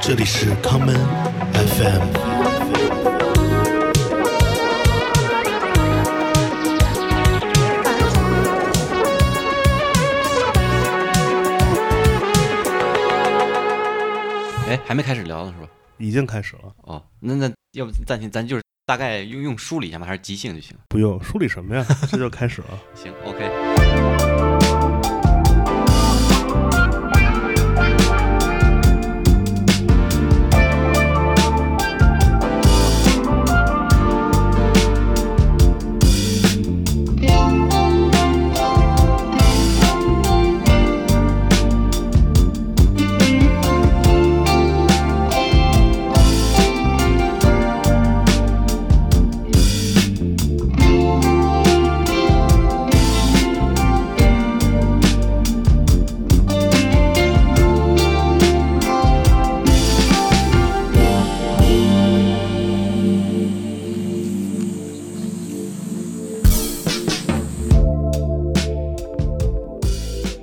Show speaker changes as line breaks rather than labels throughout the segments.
这里是 Common FM。
哎，还没开始聊呢是吧？
已经开始了，
哦，那那要不暂停，咱就是大概用用梳理一下嘛，还是即兴就行。
不用梳理什么呀，这就开始了。
行，OK。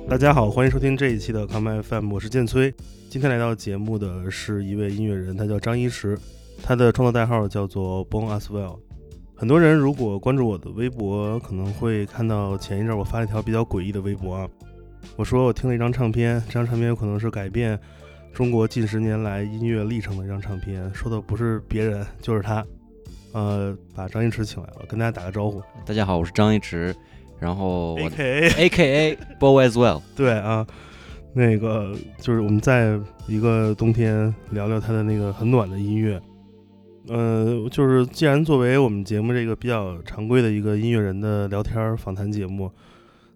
大家好，欢迎收听这一期的 Common FM，我是建崔。今天来到节目的是一位音乐人，他叫张一石，他的创作代号叫做 Bon Aswell。很多人如果关注我的微博，可能会看到前一阵我发了一条比较诡异的微博啊，我说我听了一张唱片，这张唱片有可能是改变中国近十年来音乐历程的一张唱片，说的不是别人，就是他。呃，把张一石请来了，跟大家打个招呼。
大家好，我是张一驰，然后我
A.K.A.
A K A Boy as well。
对啊，那个就是我们在一个冬天聊聊他的那个很暖的音乐。呃，就是既然作为我们节目这个比较常规的一个音乐人的聊天儿访谈节目，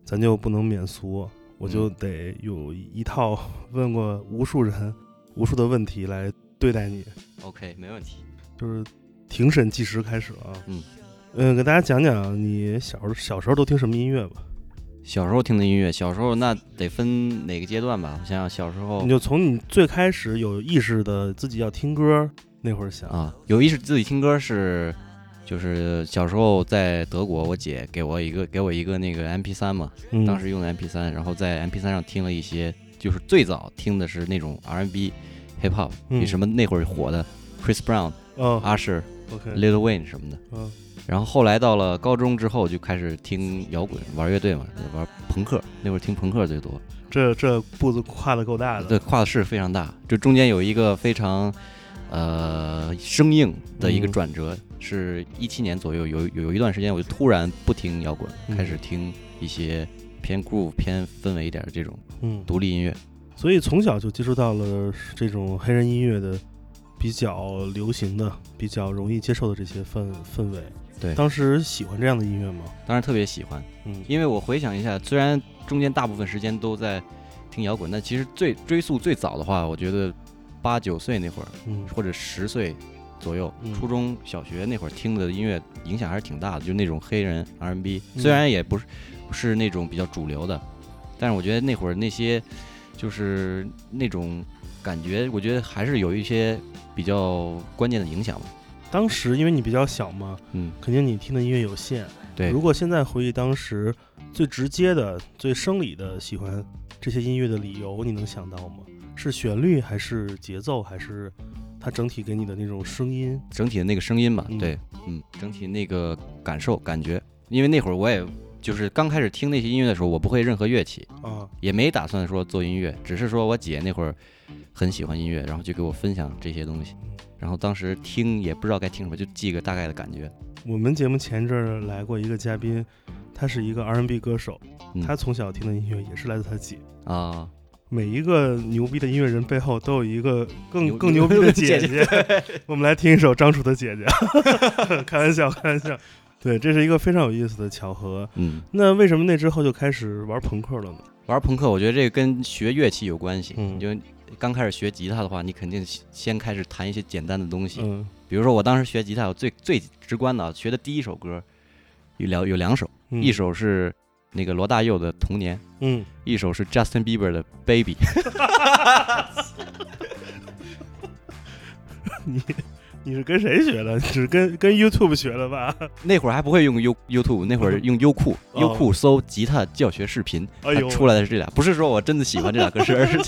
咱就不能免俗，我就得有一套问过无数人、无数的问题来对待你，
OK，没问题。
就是庭审计时开始了啊。
嗯
嗯，给大家讲讲你小小时候都听什么音乐吧？
小时候听的音乐，小时候那得分哪个阶段吧？我想想，小时候
你就从你最开始有意识的自己要听歌那会儿想，
啊，有意识自己听歌是，就是小时候在德国，我姐给我一个给我一个那个 M P 3嘛，
嗯
当时用的 M P 3然后在 M P 3上听了一些，就是最早听的是那种 R B、Hip Hop，
嗯
比什么那会儿火的 Chris Brown、
哦
Usher、
，OK，
Lil Wayne 什么的。
嗯
然后后来到了高中之后，就开始听摇滚，玩乐队嘛，玩朋克。那会儿听朋克最多，
这这步子跨的够大
对，
的，
跨的是非常大。就中间有一个非常，呃，生硬的一个
嗯
转折，是一七年左右，有有一段时间，我就突然不听摇滚，
嗯
开始听一些偏 groove、偏氛围一点的这种
嗯，
独立音乐。
所以从小就接触到了这种黑人音乐的比较流行的、比较容易接受的这些氛氛围。
对
当时喜欢这样的音乐吗？
当然特别喜欢，
嗯，
因为我回想一下，虽然中间大部分时间都在听摇滚，但其实最追溯最早的话，我觉得八九岁那会儿。
嗯
或者十岁左右，
嗯
初中小学那会儿听的音乐影响还是挺大的，就那种黑人 R&B，
嗯
虽然也不是不是那种比较主流的，但是我觉得那会儿那些就是那种感觉，我觉得还是有一些比较关键的影响吧。
当时因为你比较小嘛，
嗯，
肯定你听的音乐有限。
对
如果现在回忆当时最直接的、最生理的喜欢这些音乐的理由，你能想到吗？是旋律，还是节奏，还是它整体给你的那种声音？
整体的那个声音吧，
嗯
对，嗯，整体那个感受感觉，因为那会儿我也就是刚开始听那些音乐的时候，我不会任何乐器，
啊，
也没打算说做音乐，只是说我姐那会儿很喜欢音乐，然后就给我分享这些东西，然后当时听也不知道该听什么，就记个大概的感觉。
我们节目前一阵儿来过一个嘉宾，他是一个 R&B 歌手，
嗯
他从小听的音乐也是来自他姐。
啊，
每一个牛逼的音乐人背后都有一个更
牛
更牛逼的姐
牛逼
姐。 我们来听一首张楚的《姐 姐》，开玩笑，开玩笑。对，这是一个非常有意思的巧合。
嗯，
那为什么那之后就开始玩朋克了呢？
玩朋克，我觉得这个跟学乐器有关系。
嗯
你就刚开始学吉他的话，你肯定先开始弹一些简单的东西，
嗯
比如说我当时学吉他，我最最直观的啊学的第一首歌，有两有两首，
嗯，
一首是那个罗大佑的《童年》，
嗯，
一首是 Justin Bieber 的《Baby》。
你你是是跟谁学的？ 是跟跟 YouTube 学的 吧？
那会儿还不会用 You YouTube，那会儿用优酷，
哦
优酷搜吉他教学视频，
哎
它
呦，
出来的是这俩，不是说我真的喜欢这俩 歌手，而是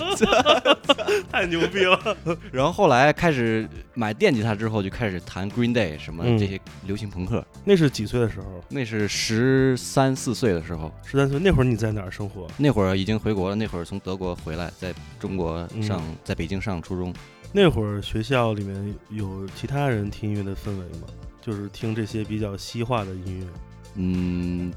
太牛逼 了！
然后后来开始买电吉他之后，就开始弹 Green Day 什么
嗯
这些流行朋克，
那是几岁的时候？
那是十三四岁的时候，
十三岁那会儿你在哪儿生活？
那会儿已经回国了，那会儿从德国回来，在中国上，
嗯
在北京上初中，
那会儿学校里面有其他人听音乐的氛围吗？就是听这些比较西化的音乐。
嗯，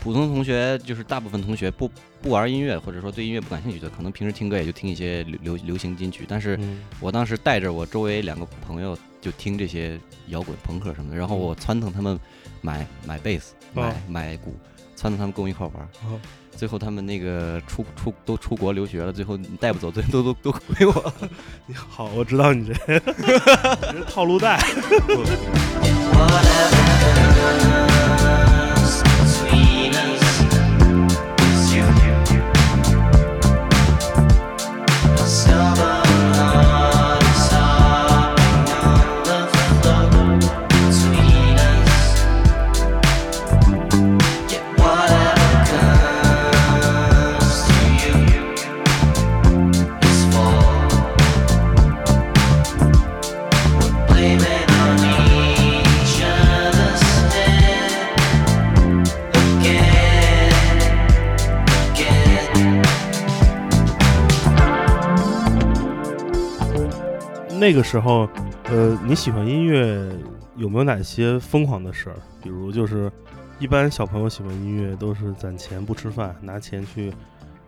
普通同学就是大部分同学不不玩音乐，或者说对音乐不感兴趣的，可能平时听歌也就听一些流流流行金曲，但是
嗯，
我当时带着我周围两个朋友就听这些摇滚、朋克什么的，然后我撺掇他们买买贝斯、
嗯哦
买买鼓，撺掇他们跟我一块玩。
哦
最后他们那个出出都出国留学了，最后带不走，最后都都都归我。
你好，我知道你 这你这套路带。
Blaming on each other's death again, again.
那个时候，呃，你喜欢音乐有没有哪些疯狂的事儿？比如就是，一般小朋友喜欢音乐都是攒钱不吃饭，拿钱去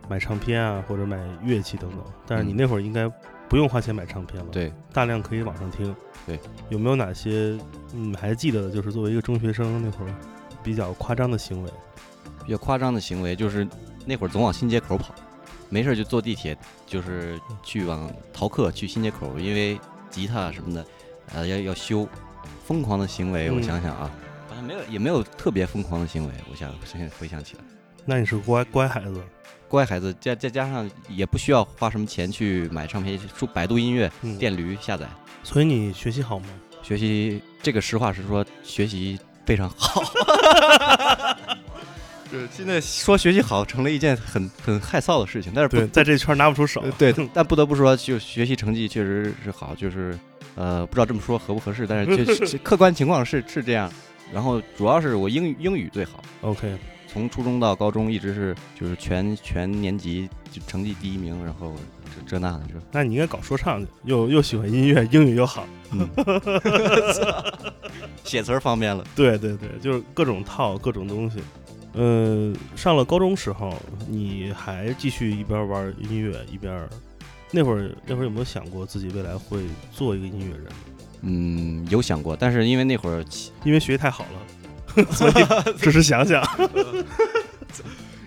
买唱片啊，或者买乐器等等。但是你
嗯
那会儿应该不用花钱买唱片了，，
对，
大量可以网上听。
对，
有没有哪些嗯还记得的？就是作为一个中学生那会儿比较夸张的行为，
比较夸张的行为就是那会儿总往新街口跑，没事儿就坐地铁，就是去往逃课去新街口，因为吉他什么的，呃，要要修。疯狂的行为，我
嗯
想想啊，好像没有，也没有特别疯狂的行为。我想现在回想起来，
那你是乖乖孩子，
乖孩子，再再加上也不需要花什么钱去买唱片，就百度音乐、
嗯，
电驴下载，
所以你学习好吗？
学习这个实话实说，学习非常好。对，现在说学习好成了一件很很害臊的事情，但 是不
对，在这圈儿拿不出手
呃。对，但不得不说，就学习成绩确实是好，就是呃，不知道这么说合不合适，但是确实 客观情况是是这样。然后主要是我英语英语最好，
，OK，
从初中到高中一直是就是全全年级就成绩第一名，然后这这那的就
那你应该搞说唱去，又又喜欢音乐，英语又好。
嗯， 写词儿方面了。
对对对，就是各种套各种东西。呃，上了高中时候，你还继续一边玩音乐一边儿，那会儿那会儿有没有想过自己未来会做一个音乐人？
嗯，有想过，但是因为那会儿起，
因为学习太好了， 所以 只是想想。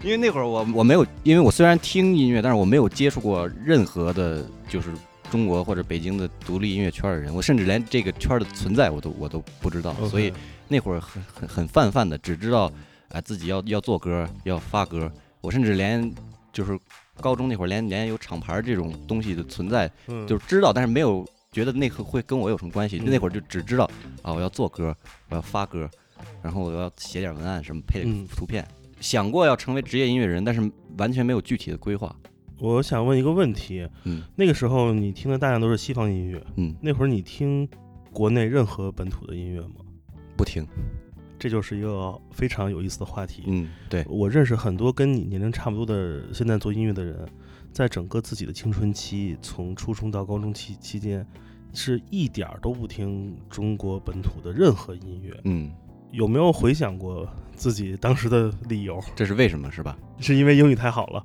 因为那会儿我我没有，因为我虽然听音乐，但是我没有接触过任何的，就是中国或者北京的独立音乐圈的人，我甚至连这个圈的存在我都我都不知道，所以那会儿很很很泛泛的，只知道啊、自己要要做歌，要发歌，我甚至连就是高中那会儿连连有厂牌这种东西的存在
嗯
就是知道，但是没有觉得那个会跟我有什么关系。
嗯
那会儿就只知道啊，我要做歌，我要发歌，然后我要写点文案什么，配点
嗯
图片。想过要成为职业音乐人，但是完全没有具体的规划。
我想问一个问题，
嗯
那个时候你听的大量都是西方音乐，
嗯，
那会儿你听国内任何本土的音乐吗？
不听。
这就是一个非常有意思的话题。
嗯，对，
我认识很多跟你年龄差不多的现在做音乐的人，在整个自己的青春期，从初中到高中期期间，是一点儿都不听中国本土的任何音乐。
嗯，
有没有回想过自己当时的理由？
这是为什么是吧？
是因为英语太好了？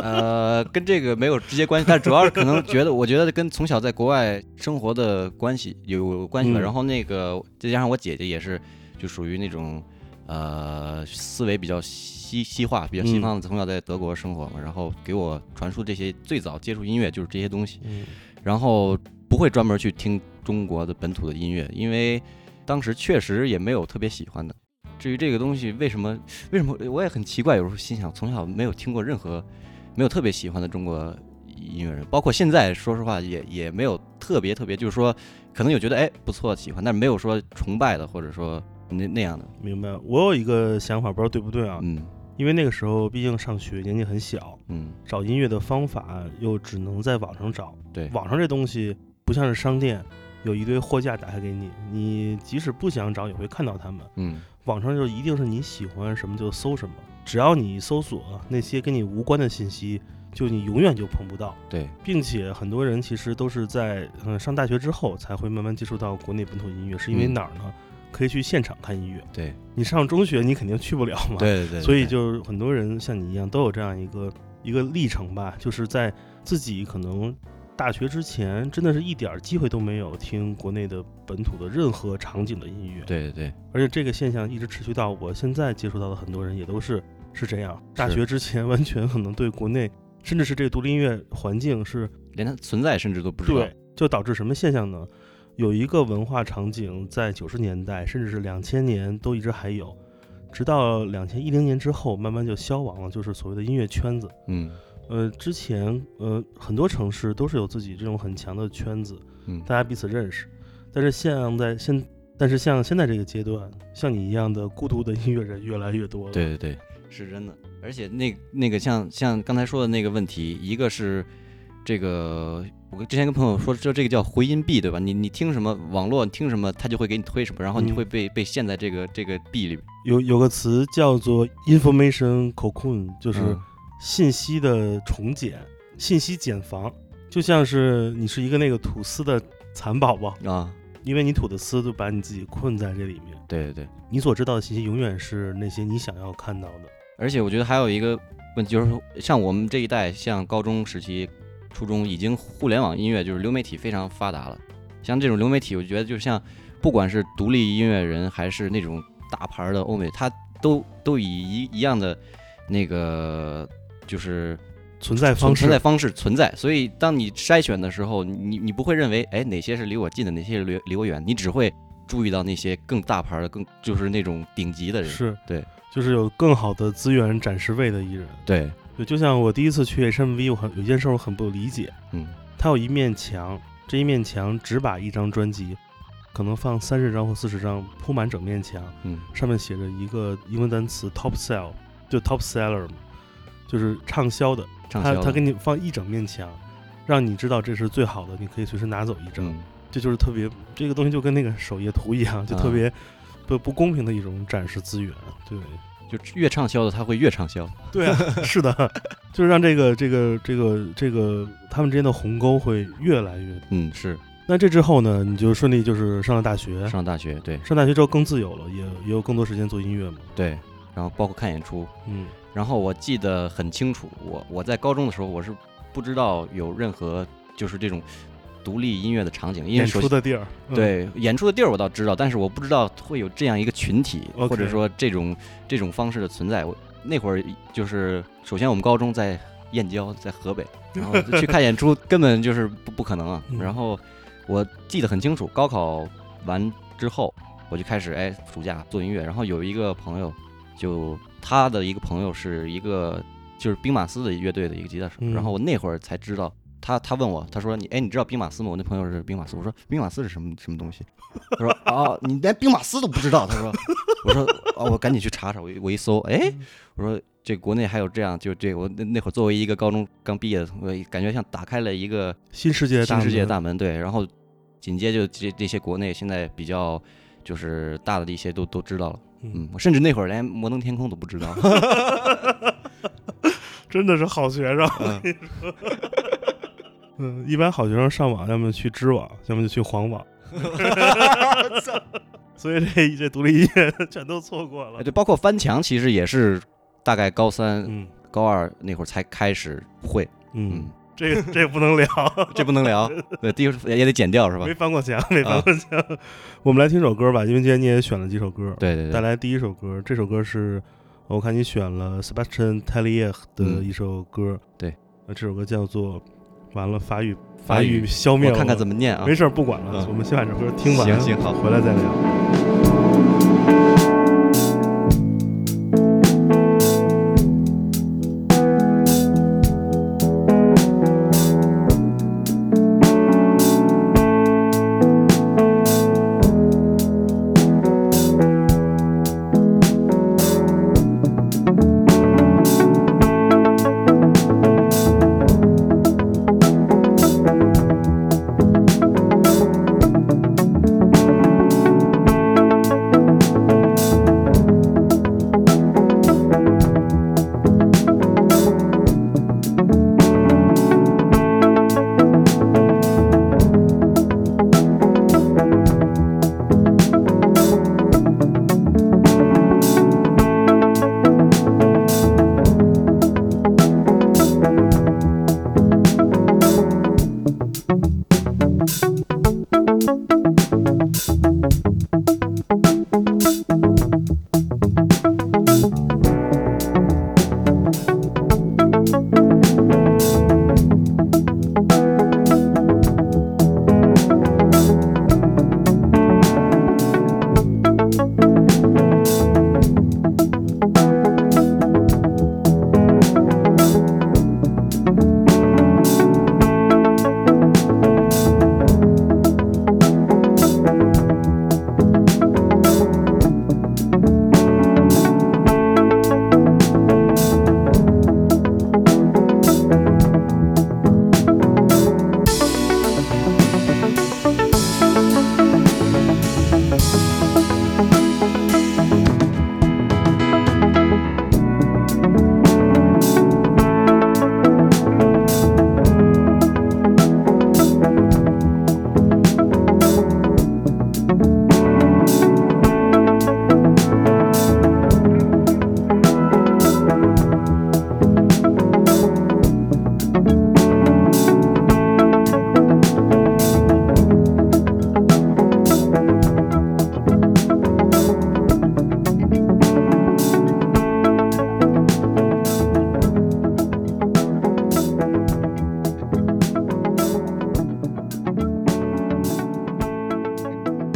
呃，跟这个没有直接关系，但主要是可能觉得，我觉得跟从小在国外生活的关系有有关系吧。
嗯
然后那个再加上我姐姐也是，就属于那种呃思维比较西西化、比较西
嗯
方的，从小在德国生活嘛，然后给我传输这些最早接触音乐就是这些东西。
嗯
然后不会专门去听中国的本土的音乐，因为当时确实也没有特别喜欢的。至于这个东西为什么为什么我也很奇怪，有时候心想从小没有听过任何没有特别喜欢的中国音乐人，包括现在说实话也也没有特别特别，就是说可能有觉得哎不错喜欢，但是没有说崇拜的或者说那那样的，
明白。我有一个想法，不知道对不对啊？
嗯
因为那个时候毕竟上学，年纪很小，
嗯，
找音乐的方法又只能在网上找。
对，
网上这东西不像是商店，有一堆货架打开给你，你即使不想找也会看到它们。
嗯
网上就一定是你喜欢什么就搜什么，只要你搜索那些跟你无关的信息，就你永远就碰不到。
对，
并且很多人其实都是在嗯上大学之后才会慢慢接触到国内本土音乐，是因为
嗯
哪儿呢？可以去现场看音乐。
对
你上中学你肯定去不了嘛，
对对对，
所以
对
就很多人像你一样都有这样一个一个历程吧，就是在自己可能大学之前真的是一点儿机会都没有听国内的本土的任何场景的音乐，
对对对
而且这个现象一直持续到我现在接触到的很多人也都是是这样，大学之前 完全可能对国内甚至是这个独立音乐环境是
连它存在甚至都不知道
对，，就导致什么现象呢？有一个文化场景在九十年代，甚至是两千年都一直还有，直到两千一零年之后，慢慢就消亡了，就是所谓的音乐圈子。
嗯
呃，之前呃很多城市都是有自己这种很强的圈子，
嗯
大家彼此认识。但是像在现，但是像现在这个阶段，像你一样的孤独的音乐人越来越多了。，
对对对，是真的。而且那那个像像刚才说的那个问题，一个是这个，我之前跟朋友说，这这个叫回音壁，对吧？你你听什么网络，你听什么，它就会给你推什么，然后你
嗯
会被、被陷在这个这个壁里。
有有个词叫做 information cocoon，就是、
嗯
信息的重茧，信息茧房，就像是你是一个那个吐丝的蚕宝宝，
啊，
因为你吐的丝就把你自己困在这里面，
对对对。
你所知道的信息永远是那些你想要看到的。
而且我觉得还有一个问题，就是说像我们这一代，像高中时期、初中，已经互联网音乐就是流媒体非常发达了。像这种流媒体，我觉得就像不管是独立音乐人，还是那种大牌儿的欧美，他都都以一一样的那个就是
存在
存
方式
存在方式存在。所以当你筛选的时候，你你不会认为哎哪些是离我近的，哪些是离离我远，你只会注意到那些更大牌儿的、更就是那种顶级的人。
是
对，
就是有更好的资源展示位的艺人。
对，
对，就像我第一次去 HMV，我很有一件事我很不理解，
嗯，
它有一面墙，这一面墙只把一张专辑，可能放三十张或四十张，铺满整面墙。
嗯
上面写着一个英文单词 top sell，就 top seller 嘛，就是畅销的。
畅
他
销
他
的
给你放一整面墙，让你知道这是最好的，你可以随时拿走一张。
嗯
这就是特别这个东西就跟那个首页图一样，就特
啊
别不不公平的一种展示资源。对，
就越畅销的，它会越畅销。
对啊，是的， 就是让这个这个这个这个他们之间的鸿沟会越来越。
嗯，是
那这之后呢，你就顺利就是上了大学，
上大学，对
上大学之后更自由了，也也有更多时间做音乐嘛。
对，然后包括看演出，
嗯，
然后我记得很清楚，我我在高中的时候，我是不知道有任何就是这种独立音乐的场景，因为
演
首
出
先
的地儿，嗯，
对演出的地儿我倒知道，但是我不知道会有这样一个群体，
OK
或者说这种这种方式的存在。我那会儿就是，首先我们高中在燕郊，在 河北，然后去看演出根本就是不不可能啊
嗯。
然后我记得很清楚，高考完之后我就开始哎暑假做音乐，然后有一个朋友，就他的一个朋友是一个就是兵马司的乐队的一个吉他手，
嗯
然后我那会儿才知道。他他问我，他说你哎，你知道兵马司吗？我那朋友是兵马司，我说兵马司是什么什么东西？他说啊，你连兵马司都不知道？他说，我说啊，我赶紧去查查。我一我一搜，哎，
嗯
我说这国内还有这样，就这我那那会儿作为一个高中刚毕业的，我感觉像打开了一个
新世界的大
新世界
门
大门，对，然后紧接着这这些国内现在比较就是大的这些都都知道了，嗯，我甚至那会儿连摩登天空都不 知道，
真的是好学生。
哎
嗯，一般好学生上网，要么去知网，要么就去黄网。所以这这独立音乐全都错过了
哎。对，包括翻墙其实也是大概高三、
嗯
高二那会儿才开始会，
嗯
嗯，，
这个 这个不能聊，
这不 能聊，对，第一个也得剪掉是吧
没？翻过
啊
墙，没翻过墙。我们来听首歌吧，因为今天你也选了几首歌，
对对
带
对，
来第一首歌，这首歌是呃我看你选了 Sebastian Tellier 的
嗯
一首歌，
对，
那这首歌叫做完了法语
法
法
语
语消灭
我看看
了
怎么念啊
没。事儿，不管了，
嗯
我们先把这首歌听完，
行行好
回来再聊。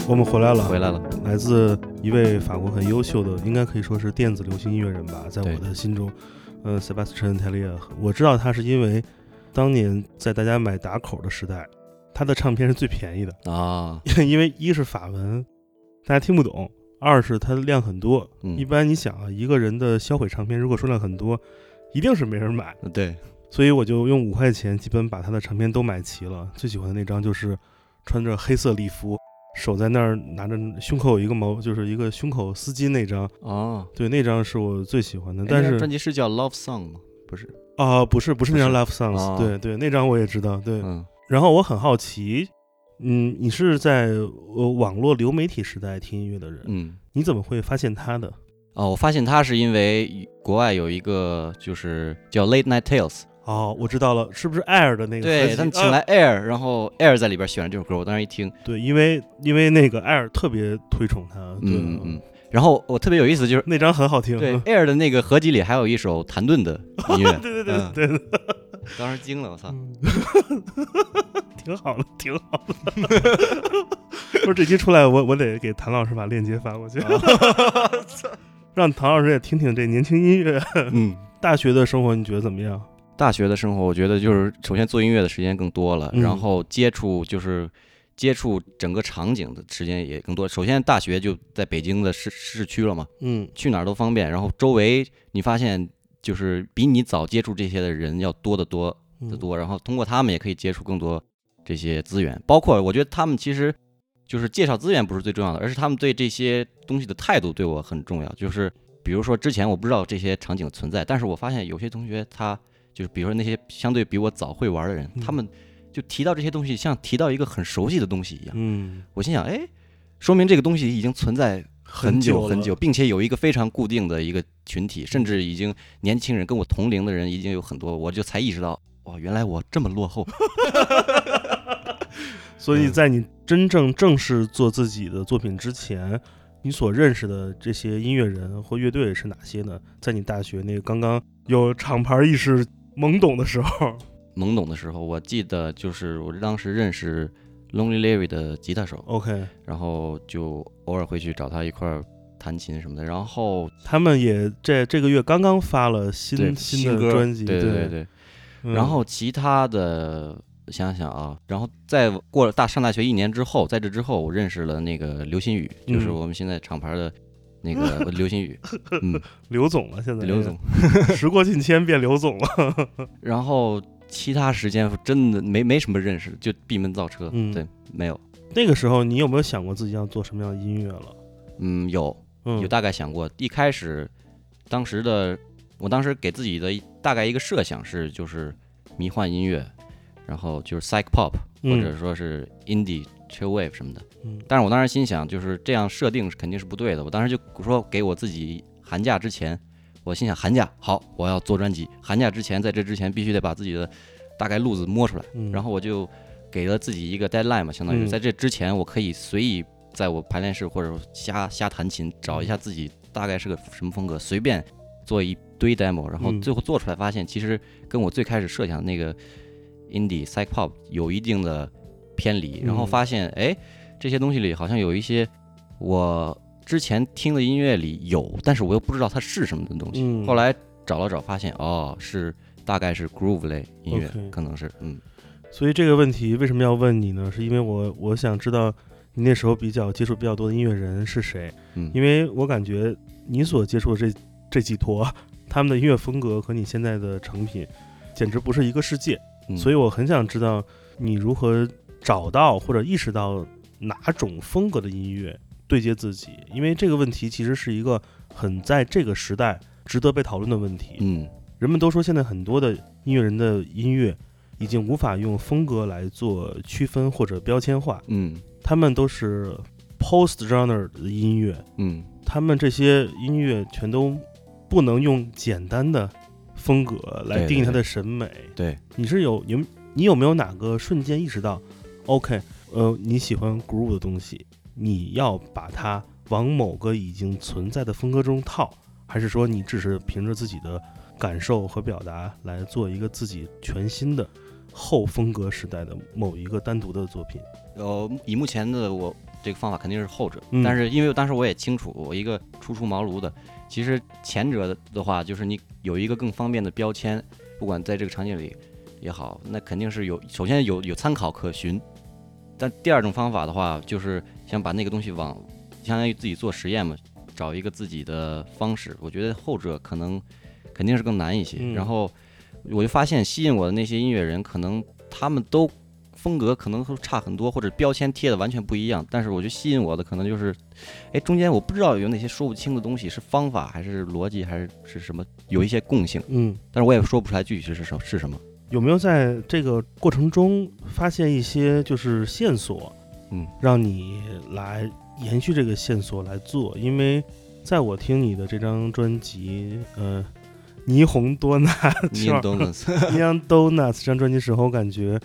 我们回来了，
回来了，
来自一位法国很优秀的，应该可以说是电子流行音乐人吧，在
对
我的心中，呃，Sebastian Tellier，我知道他是因为当年在大家买打口的时代，他的唱片是最便宜的，
啊，
因为一是法文，大家听不懂；二是它的量很多。
嗯
一般你想啊，一个人的销毁唱片如果数量很多，一定是没人买，
对，
所以我就用五块钱基本把他的唱片都买齐了。最喜欢的那张就是穿着黑色礼服，手在那儿拿着胸口有一个毛，就是一个胸口丝巾那张。
哦，
对，那张是我最喜欢的。
哎
但
那
是
张专辑是叫《Love Song》吗？不是，
啊、不是不是那张
不
Love Songs，、
哦
对对，那张我也知道。对，
嗯，
然后我很好奇，嗯，你是在呃网络流媒体时代听音乐的人，
嗯，
你怎么会发现他的？
哦，我发现他是因为国外有一个就是叫《Late Night Tales》，
哦，我知道了，是不是艾尔的那个合集？
对他们请
啊
来 Air，然后 Air 在里边选了这首歌，我当时一听，
对，因为因为那个艾尔特别推崇他，对，
嗯嗯嗯，然后我特别有意思就是。
那张很好听，
对
啊嗯，
Air 的那个合集里还有一首谭盾的音乐
对对
嗯
对对对，
当时惊了，我操！
嗯 挺好的，挺好的。 不是这期出来，我我得给谭老师把链接发过去， 让谭老师也听听这年轻音乐。
嗯，
大学的生活你觉得怎么样？
大学的生活，我觉得就是首先做音乐的时间更多了，
嗯
然后接触就是接触整个场景的时间也更多。首先大学就在北京的市市区了嘛，
嗯
去哪儿都方便，然后周围你发现就是比你早接触这些的人要多得多得
嗯
多，然后通过他们也可以接触更多这些资源，包括我觉得他们其实就是介绍资源不是最重要的，而是他们对这些东西的态度对我很重要。就是比如说之前我不知道这些场景存在，但是我发现有些同学他就是比如说那些相对比我早会玩的人，
嗯
他们就提到这些东西像提到一个很熟悉的东西一样，
嗯，
我心想，哎，说明这个东西已经存在很久
了
很久，，并且有一个非常固定的一个群体，甚至已经年轻人跟我同龄的人已经有很多，我就才意识到，哇，原来我这么落后。
所以
嗯
在你真正正式做自己的作品之前，你所认识的这些音乐人或乐队是哪些呢？在你大学那个刚刚有厂牌意识懵懂的时候，
懵懂的时候，我记得就是我当时认识 Lonely Larry 的吉他手，
，OK，
然后就偶尔会去找他一块儿弹琴什么的。然后
他们也这这个月刚刚发了
对
新
新
的
歌，
专辑，
对
对
对对。
嗯
然后其他的想想啊，然后在过了大上大学一年之后，在这之后，我认识了那个刘新宇，就是
嗯
我们现在厂牌的那个 刘新宇，嗯，
刘总了，现在
刘总。
时过境迁变刘总了，
然后其他时间真的没没什么认识，就闭门造车，
嗯
对，没有，
那个时候你有没有想过自己要做什么样的音乐了？
嗯，有
嗯，
有大概想过，一开始当时的我当时给自己的一大概一个设想是就是迷幻音乐，然后就是 psych pop。或者
嗯
说是 indie chill wave 什么的。
嗯
但是我当时心想，就是这样设定是肯定是不对的。我当时就说给我自己寒假之前，我心想寒假好，我要做专辑。寒假之前，在这之前必须得把自己的大概路子摸出来。
嗯
然后我就给了自己一个 deadline 嘛，相当于
嗯
是在这之前，我可以随意在我排练室或者说瞎瞎弹琴，找
嗯
一下自己大概是个什么风格，随便做一堆 demo，然后
嗯
最后做出来发现，其实跟我最开始设想的那个 indie psych pop 有一定的偏离，然后
嗯
发现哎，这些东西里好像有一些我之前听的音乐里有，但是我又不知道它是什么的东西。
嗯
后来找了找，发现哦，是大概是 groove 类音乐
OK
可能是嗯。
所以这个问题为什么要问你呢？是因为我我想知道你那时候比较接触比较多的音乐人是谁，
嗯，
因为我感觉你所接触的这这几坨，他们的音乐风格和你现在的成品简直不是一个世界，
嗯
所以我很想知道你如何找到或者意识到哪种风格的音乐对接自己，因为这个问题其实是一个很在这个时代值得被讨论的问题。
嗯
人们都说现在很多的音乐人的音乐已经无法用风格来做区分或者标签化，
嗯
他们都是 post genre 的音乐，
嗯
他们这些音乐全都不能用简单的风格来
对对
定义它
对
的审美。
对，
你是有你你有没有哪个瞬间意识到，OK，呃，你喜欢 groove 的东西，你要把它往某个已经存在的风格中套，还是说你只是凭着自己的感受和表达来做一个自己全新的后风格时代的某一个单独的作品？
呃，以目前的我这个方法肯定是后者。
嗯
但是因为当时我也清楚，我一个初出茅庐的，其实前者的话就是你有一个更方便的标签，不管在这个场景里也好，那肯定是有首先有有参考可循。但第二种方法的话，就是想把那个东西往相当于自己做实验嘛，找一个自己的方式。我觉得后者可能肯定是更难一些。
嗯
然后我就发现吸引我的那些音乐人，可能他们都风格可能会差很多，或者标签贴的完全不一样。但是我觉得吸引我的可能就是，哎，中间我不知道有哪些说不清的东西，是方法还是逻辑还是是什么，有一些共性，
嗯，
但是我也说不出来具体是什 是什么。
有没有在这个过程中发现一些就是线索？
嗯，
让你来延续这个线索来做，因为在我听你的这张专辑，呃，霓虹多纳
你
圈儿
懂
Neon Donuts 这张专辑时候，感觉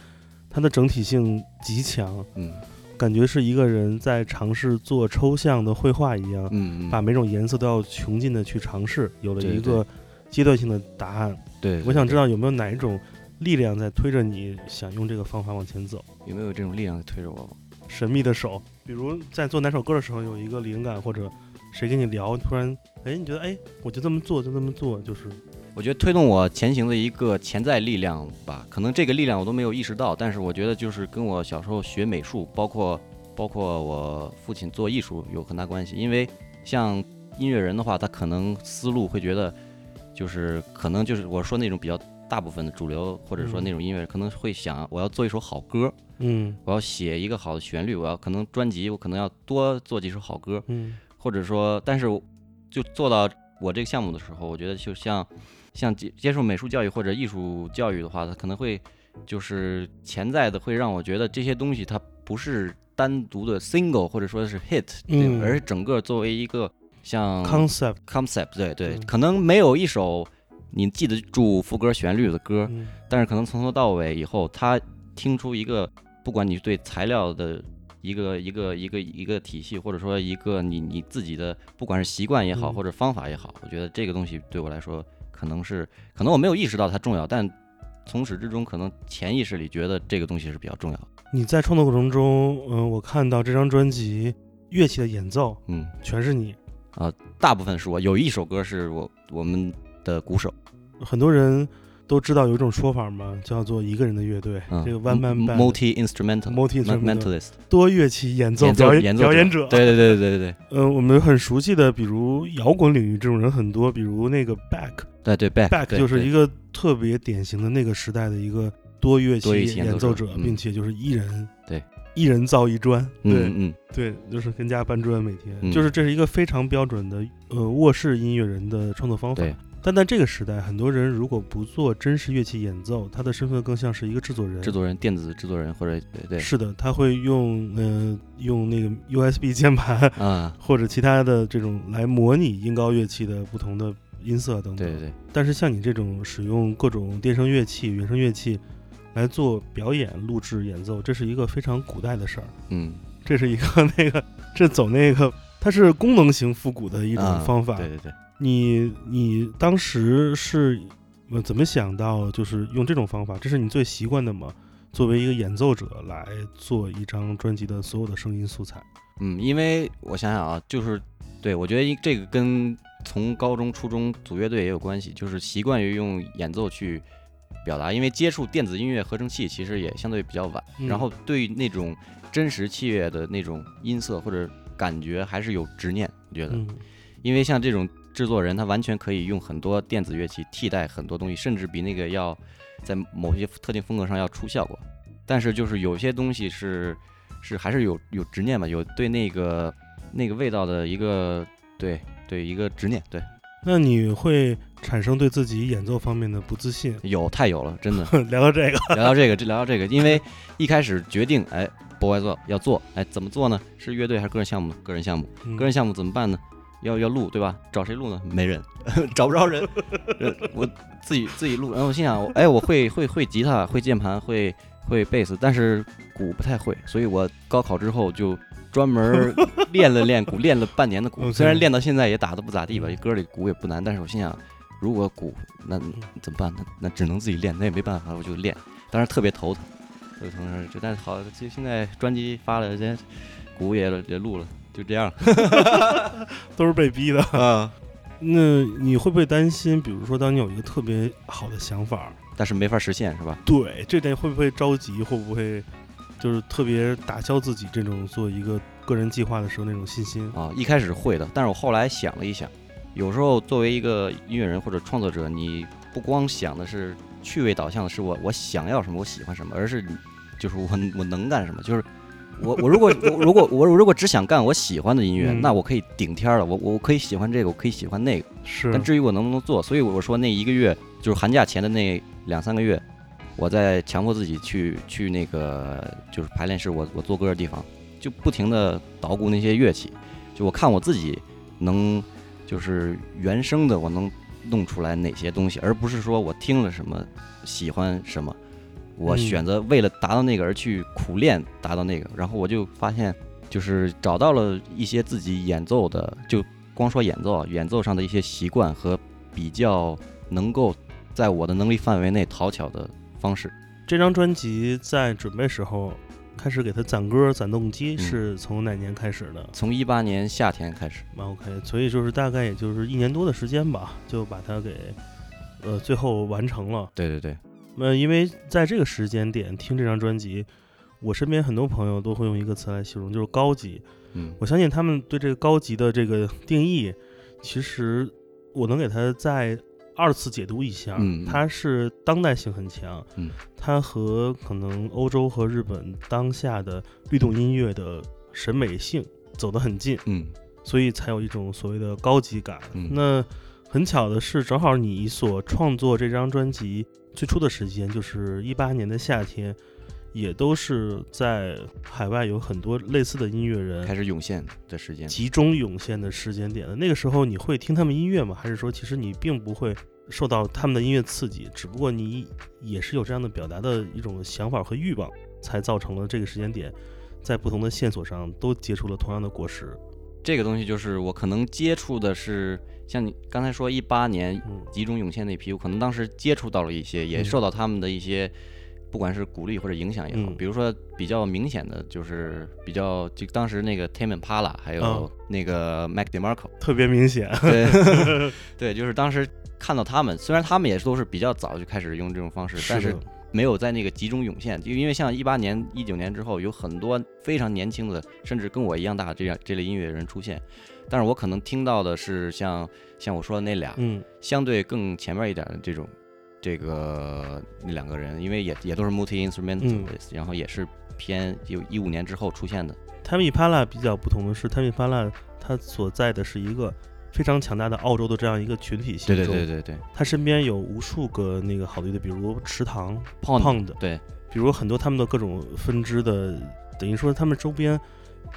它的整体性极强，
嗯
感觉是一个人在尝试做抽象的绘画一样，
嗯
把
嗯，
每种颜色都要穷尽的去尝试，有了
对
一
对
个阶段性的答案。
对，
我想知
道
道有没有哪一种力量在推着你想用这个方法往前走。
有没有这种力量在推着我。
神秘的手，比如在做哪首歌的时候有一个灵感，或者谁跟你聊，突然哎，你觉得哎，我就这么做，就这么做，就是
我觉得推动我前行的一个潜在力量吧，可能这个力量我都没有意识到，但是我觉得就是跟我小时候学美术，包括包括我父亲做艺术有很大关系。因为像音乐人的话，他可能思路会觉得，就是可能就是我说那种比较大部分的主流，或者说
嗯
那种音乐人可能会想，我要做一首好歌，
嗯
我要写一个好的旋律，我要可能专辑我可能要多做几首好歌，
嗯
或者说，但是我就做到我这个项目的时候，我觉得就像像接接受美术教育或者艺术教育的话，它可能会就是潜在的会让我觉得这些东西它不是单独的 single 或者说是 hit，对吧
嗯
而是整个作为一个像
，concept，
concept，对对，
嗯
可能没有一首你记得住副歌旋律的歌，
嗯
但是可能从头到尾以后，他听出一个，不管你对材料的一个一个一个一个体系，或者说一个你你自己的，不管是习惯也好，
嗯
或者方法也好，我觉得这个东西对我来说，可能是可能我没有意识到它重要，但从始至终可能潜意识里觉得这个东西是比较重要的。
你在创作过程中，嗯、我看到这张专辑乐器的演奏
嗯，
全是你，
大部分是我有一首歌是我我们的鼓手，
很多人都知道有一种说法嘛，叫做一个人的乐队，
嗯，
这个 one man band
multi instrumental
multi-instrumental
mentalist
多乐器演奏
演奏
表演
演奏
表演者，
对对对对对
嗯、我们很熟悉的，比如摇滚领域这种人很多，比如那个 Back。
对对对
Back
对
就是
对
一个特别典型的那个时代的一个多乐器
多乐器
演
演
奏
奏
者
者，嗯
并且就是一人
对
一人造一砖，对、
嗯嗯
对，就是跟家搬砖每天，
嗯
就是这是一个非常标准的呃卧室音乐人的创作方法
对。
但在这个时代，很多人如果不做真实乐器演奏，他的身份更像是一个制作人。
制作人、电子制作人或者对对，
是的，他会用呃用那个 USB 键盘
啊，
或者其他的这种来模拟音高乐器的不同的音色等等。
对对对，
但是像你这种使用各种电声乐器、原声乐器来做表演、录制、演奏，这是一个非常古代的事儿。
嗯，
这是一个 那个，这走那个，它是功能型复古的一
一
种方法。
啊对对对，
你你当时是呃怎么想到就是用这种方法？这是你最习惯的吗？作为一个演奏者来做一张专辑的所有的声音素材，
嗯，因为我想想啊，就是对我觉得一这个跟从高中、初中组乐队也有关系，就是习惯于用演奏去表达，因为接触电子音乐合成器其实也相对比较晚，
嗯
然后对那种真实器乐的那种音色或者感觉还是有执念，我觉得，
嗯
因为像这种制作人，他完全可以用很多电子乐器替代很多东西，甚至比那个要在某些特定风格上要出效果。但是就是有些东西是是还是有有执念吧，有对那个那个味道的一个对对一个执念，对？
那你会产生对自己演奏方面的不自信
有太有了，真的。
聊到这个，
聊到这个，这聊到这个，因为一开始决定哎 boys 要做，哎怎么做呢？是乐队还是个人项目？个人项目。
嗯
个人项目怎么办呢？要要录对吧？找谁录呢？没人， 找不着人， 呃我自己自己录。然后我心想，哎，我会会会吉他，会键盘，会会贝斯，但是鼓不太会，所以我高考之后就专门儿练了练鼓，练了半年的鼓。
OK
虽然练到现在也打得不咋地吧，歌里鼓也不难，但是我心想，如果鼓那怎么办？那那只能自己练，那也没办法，我就练。当时特别头疼，特别头疼。就但是好，就现在专辑发了，人家鼓也也录了，就这样。
都是被逼的。
啊，
那你会不会担心，比如说，当你有一个特别好的想法，
但是没法实现是吧？
对这点会不会着急？会不会就是特别打消自己这种做一个个人计划的时候那种信心？
啊，一开始会的，但是我后来想了一想，有时候作为一个音乐人或者创作者，你不光想的是趣味导向的是我我想要什么，我喜欢什么，而是你就是我我能干什么，就是。我我如果我如果我如果只想干我喜欢的音乐，
嗯
那我可以顶天儿了。我我可以喜欢这个，我可以喜欢那个。
是
但至于我能不能做，所以我说那一个月就是寒假前的那两三个月，我在强迫自己去去那个就是排练室我，我做歌的地方，就不停的捣鼓那些乐器，就我看我自己能就是原声的我能弄出来哪些东西，而不是说我听了什么喜欢什么，我
嗯
选择为了达到那个而去苦练达到那个，然后我就发现就是找到了一些自己演奏的，就光说演奏啊，演奏上的一些习惯和比较能够在我的能力范围内讨巧的方式。
这张专辑在准备时候开始给他攒歌、攒动机，
嗯
是从哪年开始的？
从一八年夏天开始，
蛮 OK，所以就是大概也就是一年多的时间吧，就把它给呃最后完成了。
对对对，
那因为在这个时间点听这张专辑，我身边很多朋友都会用一个词来形容，就是高级。
嗯，
我相信他们对这个高级的这个定义，其实我能给它再二次解读一下。
嗯嗯
它是当代性很强，
嗯，
它和可能欧洲和日本当下的律动音乐的审美性走得很近。
嗯，
所以才有一种所谓的高级感。
嗯
那很巧的是，正好你所创作这张专辑最初的时间就是一八年的夏天，也都是在海外有很多类似的音乐人
开始涌现的时间。
集中涌现的时间点的。那个时候你会听他们音乐吗？还是说其实你并不会？受到他们的音乐刺激，只不过你也是有这样的表达的一种想法和欲望，才造成了这个时间点，在不同的线索上都结出了同样的果实。
这个东西就是我可能接触的是，像你刚才说一八年
嗯
集中涌现那批，我可能当时接触到了一些，也
嗯
受到他们的一些，不管是鼓励或者影响也好。
嗯
比如说比较明显的就是比较就当时那个 Tame Impala，还
嗯
有那个 Mac DeMarco，
特别明显，
对 对，就是当时看到他们，虽然他们也都是比较早就开始用这种方式，但是
的
没有在那个集中涌现，就因为像一八年、一九年之后，有很多非常年轻的，甚至跟我一样大的这样这类音乐人出现，但是我可能听到的是像像我说的那俩，
嗯
相对更前面一点的这种，这个那两个人，因为也也都是 multi instrumentalist，、然
嗯
后也是偏有一五年之后出现的，
，Tammy Pala 比较不同的是，Tammy Pala 他所在的是一个非常强大的澳洲的这样一个群体性
对
中，
对对对对
他身边有无数个那个好的乐队，比如池塘、
，Pond，
Pond，
哦对，
比如很多他们的各种分支的，等于说他们周边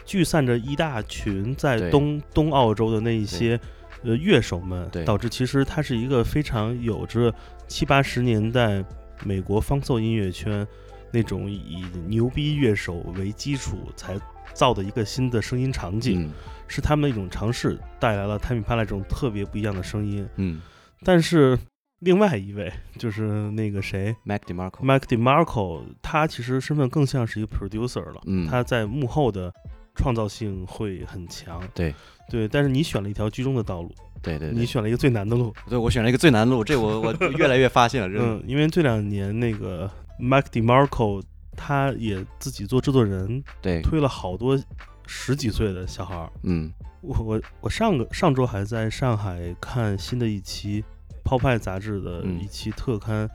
聚散着一大群在
对
东东澳洲的那一些呃乐手们，
对
导致其实它是一个非常有着七八十年代美国方奏音乐圈那种以牛逼乐手为基础才造的一个新的声音场景，
嗯
是他们的一种尝试带来了 t a m i p a l a 这种特别不一样的声音。
嗯
但是另外一位就是那个谁。
，Mac DeMarco，
Mike DeMarco，他其实身份更像是一个 producer 了，
嗯
他在幕后的创造性会很强，
对
对。但是你选了一条居中的道路，
对对
你
对，
选了一个最难的路，
对我选了一个最难的路，这我我越来越发现了，真的
嗯，因为这两年那个 Mike DeMarco 他也自己做制作人，
对，
推了好多十几岁的小孩儿。
嗯
我我我上个上周还在上海看新的一期《抛派》杂志的
嗯
一期特刊，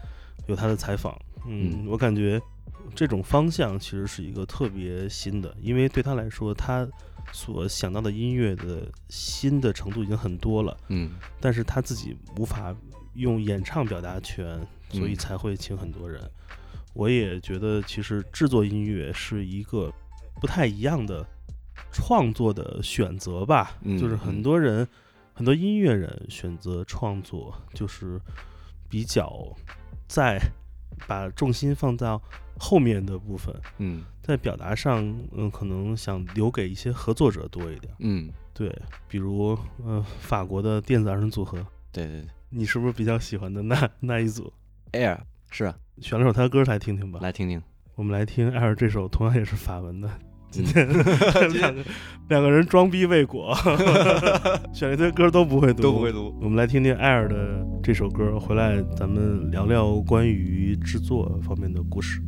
有他的采访。嗯，
嗯
我感觉这种方向其实是一个特别新的，因为对他来说，他所想到的音乐的新的程度已经很多了，
嗯，
但是他自己无法用演唱表达权，所以
嗯
才会请很多人。我也觉得，其实制作音乐是一个不太一样的创作的选择吧。
嗯
就是很
嗯
多人，很多音乐人选择创作，就是比较在把重心放到后面的部分，
嗯
在表达上，嗯，可能想留给一些合作者多一点。
嗯，
对，比如，呃，法国的电子二人组合，
对对
你是不是比较喜欢的那那一组？
对，Air 是啊，
选了首他的歌来听听吧。
来听听，
我们来听艾尔这首同样也是法文的《
嗯
今天两个两个人装逼未果， 选了一堆歌都不会读，
都不会。读。
我们来听听艾尔的这首歌，回来咱们聊聊关于制作方面的故事。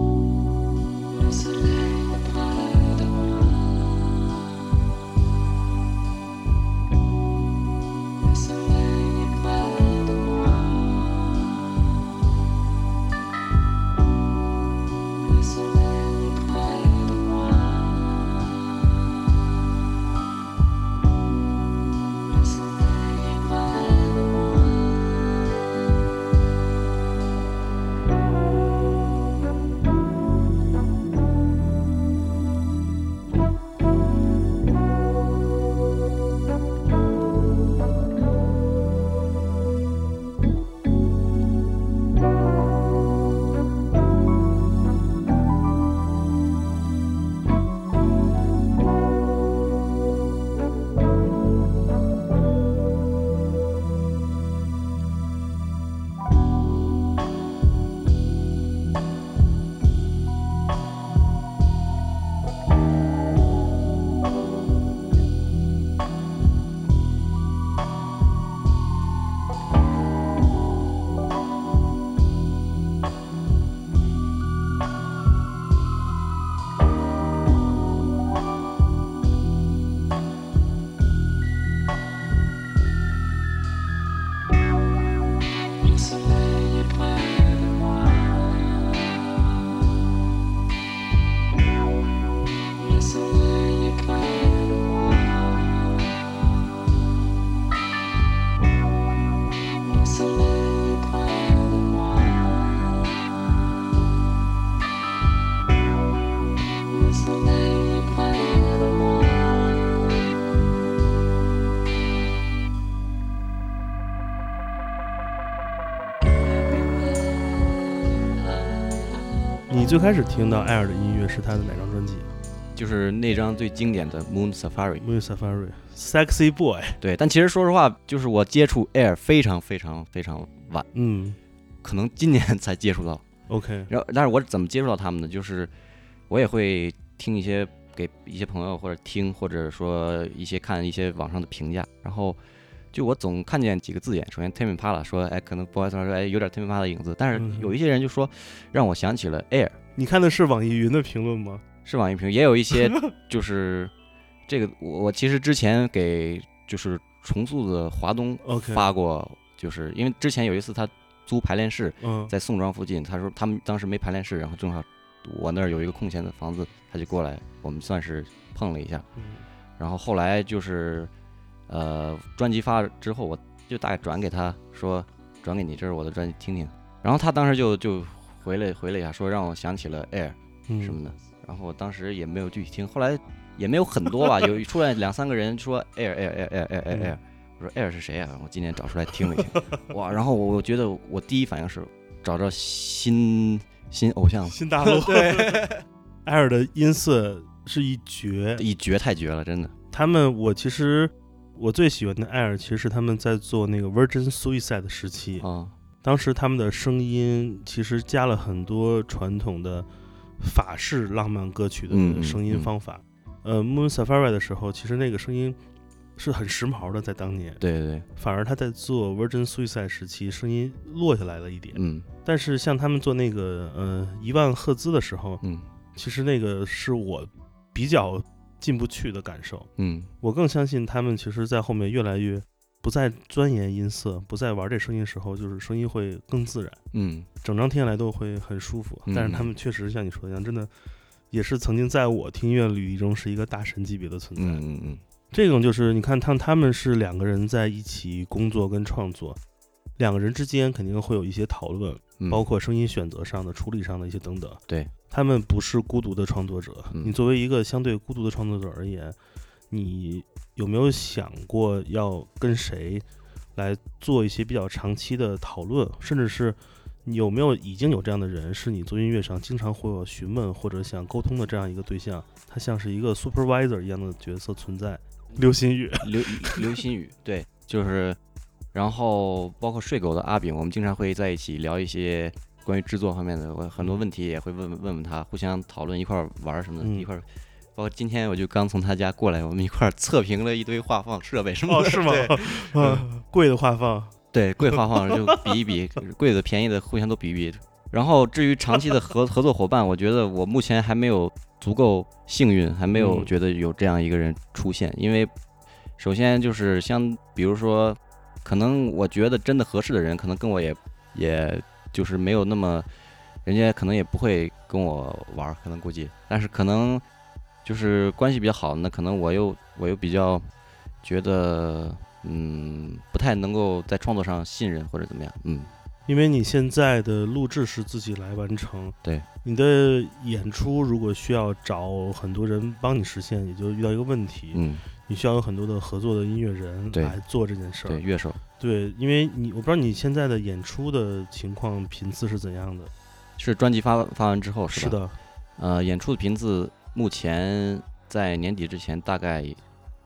Le soleil brille dans moi. Le soleil est près de moi. Le soleil est près de moi. Le soleil est près de moi. Le soleil est près de moi. Le soleil est près de moi. Le soleil est près de moi. Le soleil est près de moi. Everywhere.
你最开始听到艾尔的音乐是他的哪张专辑
就是那张最经典的《Moon Safari》。
？Moon Safari Sexy Boy。
对，但其实说实话，就是我接触 Air 非常非常非常晚，
嗯
可能今年才接触到。
，OK，
然后，但是我怎么接触到他们呢？就是我也会听一些给一些朋友或者听，或者说一些看一些网上的评价，然后。就我总看见几个字眼，首先 Tame Impala 说，哎，可能 Boys 说，哎，有点 Tame Impala 的影子，但
嗯
是有一些人就说，让我想起了 Air，
你看的是网易云的评论吗？
是网易评，也有一些就是这个我我其实之前给就是重塑的华东
OK
发过就是因为之前有一次他租排练室
嗯，
在宋庄附近，他说他们当时没排练室，然后正好我那儿有一个空闲的房子，他就过来，我们算是碰了一下，
嗯
然后后来就是呃专辑发了之后，我就大概转给他说转给你，这是我的专辑听听，然后他当时就就回了回了一下，说让我想起了 Air。
嗯
什么的。然后我当时也没有具体听，后来也没有很多吧，有出来两三个人说 air air air air air air，,
嗯
我说 air 是谁啊？我今天找出来听了一听，哇！然后我我觉得我第一反应是找着新新偶像了，
新 大陆。对， 艾尔的音色是一绝。
一绝太绝了，真的。
他们，我其实我最喜欢的艾尔，其实是他们在做那个 Virgin Suicide 时期，
啊、
当时他们的声音其实加了很多传统的法式浪漫歌曲的
嗯
声音
嗯
方法。呃，Moon Safari 的时候，其实那个声音是很时髦的，在当年，
对对对，
反而他在做 Virgin Suicide 时期，声音落下来了一点。
嗯
但是像他们做那个呃一万赫兹的时候，
嗯
其实那个是我比较进不去的感受。
嗯
我更相信他们其实，在后面越来越不再钻研音色，不再玩这声音时候，就是声音会更自然，
嗯，
整张听下来都会很舒服。
嗯
但是他们确实像你说的一样，真的也是曾经在我听音乐履历中是一个大神级别的存在。
嗯嗯嗯，
这种就是你看，他他们是两个人在一起工作跟创作，两个人之间肯定会有一些讨论，
嗯
包括声音选择上的、处理上的一些等等。
对，
他们不是孤独的创作者。
嗯
你作为一个相对孤独的创作者而言，你有没有想过要跟谁来做一些比较长期的讨论，甚至是你有没有已经有这样的人，是你做音乐上经常会有询问或者想沟通的这样一个对象？他像是一个 supervisor 一样的角色存在。流星雨，
流流星雨，对，就是，然后包括睡狗的阿炳，我们经常会在一起聊一些关于制作方面的我很多问题，也会问问问他，互相讨论一块儿玩儿什么的，
嗯
一块儿。包括今天我就刚从他家过来，我们一块儿测评了一堆画放设备什么
哦，
的。
是 吗？啊，贵的画放，
对，贵画放就比一比，贵的便宜的互相都比一比。然后至于长期的合合作伙伴，我觉得我目前还没有足够幸运，还没有
嗯
觉得有这样一个人出现。因为首先就是像比如说，可能我觉得真的合适的人，可能跟我也也就是没有那么，人家可能也不会跟我玩儿，可能估计，但是可能就是关系比较好，那可能我又我又比较觉得嗯不太能够在创作上信任或者怎么样，嗯，
因为你现在的录制是自己来完成，
对
你的演出如果需要找很多人帮你实现，也就遇到一个问题，
嗯，
你需要有很多的合作的音乐人
对
来做这件事
对，
儿。
乐手
对，因为你我不知道你现在的演出的情况频次是怎样的。
是专辑发发完之后吧？
是的，
呃，演出的频次目前在年底之前大概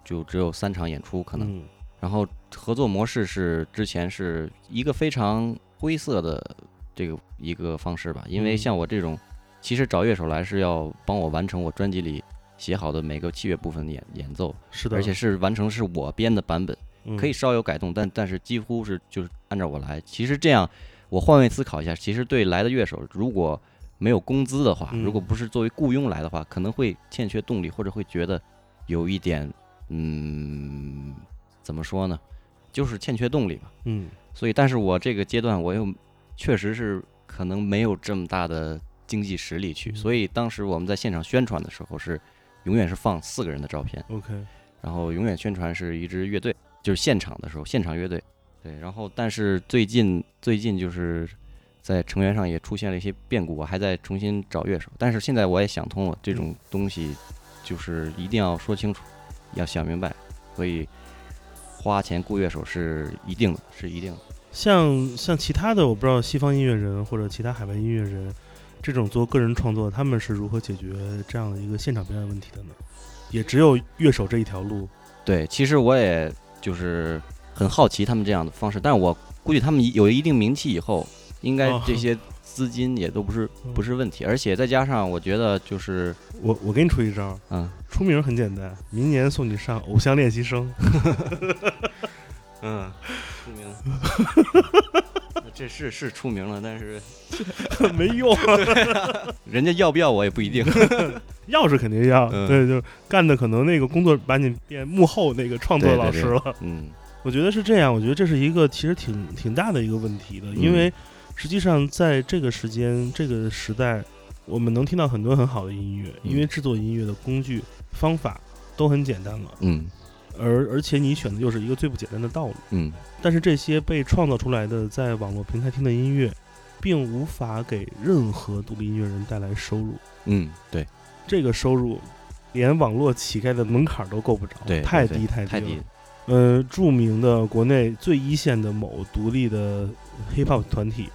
就只有三场演出可能，
嗯
然后合作模式是之前是一个非常灰色的这个一个方式吧，因为
嗯
像我这种，其实找乐手来是要帮我完成我专辑里写好的每个器乐部分的演演奏，
是的，
而且是完成是我编的版本，
嗯
可以稍有改动，但但是几乎是就是按照我来。其实这样，我换位思考一下，其实对来的乐手，如果没有工资的话，
嗯
如果不是作为雇佣来的话，可能会欠缺动力，或者会觉得有一点，嗯，怎么说呢，就是欠缺动力吧。
嗯
所以，但是我这个阶段，我又确实是可能没有这么大的经济实力去，
嗯
所以当时我们在现场宣传的时候是永远是放四个人的照片。
，OK，
然后永远宣传是一支乐队，就是现场的时候现场乐队。对，然后但是最近最近就是在成员上也出现了一些变故，我啊还在重新找乐手。但是现在我也想通了，这种东西就是一定要说清楚，要想明白，所以花钱雇乐手是一定的，是一定的。
像像其他的，我不知道西方音乐人或者其他海外音乐人这种做个人创作，他们是如何解决这样的一个现场表演问题的呢？也只有乐手这一条路。
对，其实我也就是很好奇他们这样的方式，但是我估计他们有一定名气以后，应该
哦
这些资金也都不是
嗯
不是问题，而且再加上我觉得就是，
我我给你出一招，
嗯
出名很简单，明年送你上《偶像练习生》。
嗯，出名， 这是是出名了，但是
没用，啊
人家要不要我也不 一定。
要是肯定要，
嗯
对，就是干的可能那个工作把你变幕后那个创作
对对
老师了。
嗯，
我觉得是这样，我觉得这是一个其实挺挺大的一个问题的，因
嗯
为实际上在这个时间、这个时代，我们能听到很多很好的音乐，
嗯
因为制作音乐的工具、方法都很简单了，
嗯
而而且你选的又是一个最不简单的道路。
嗯，
但是这些被创造出来的在网络平台听的音乐，并无法给任何独立音乐人带来收入。
嗯，对，
这个收入，连网络乞丐的门槛儿都够不着，
对
太
对
低
对
太低
太
了
低。
呃，著名的国内最一线的某独立的 hip hop 团体，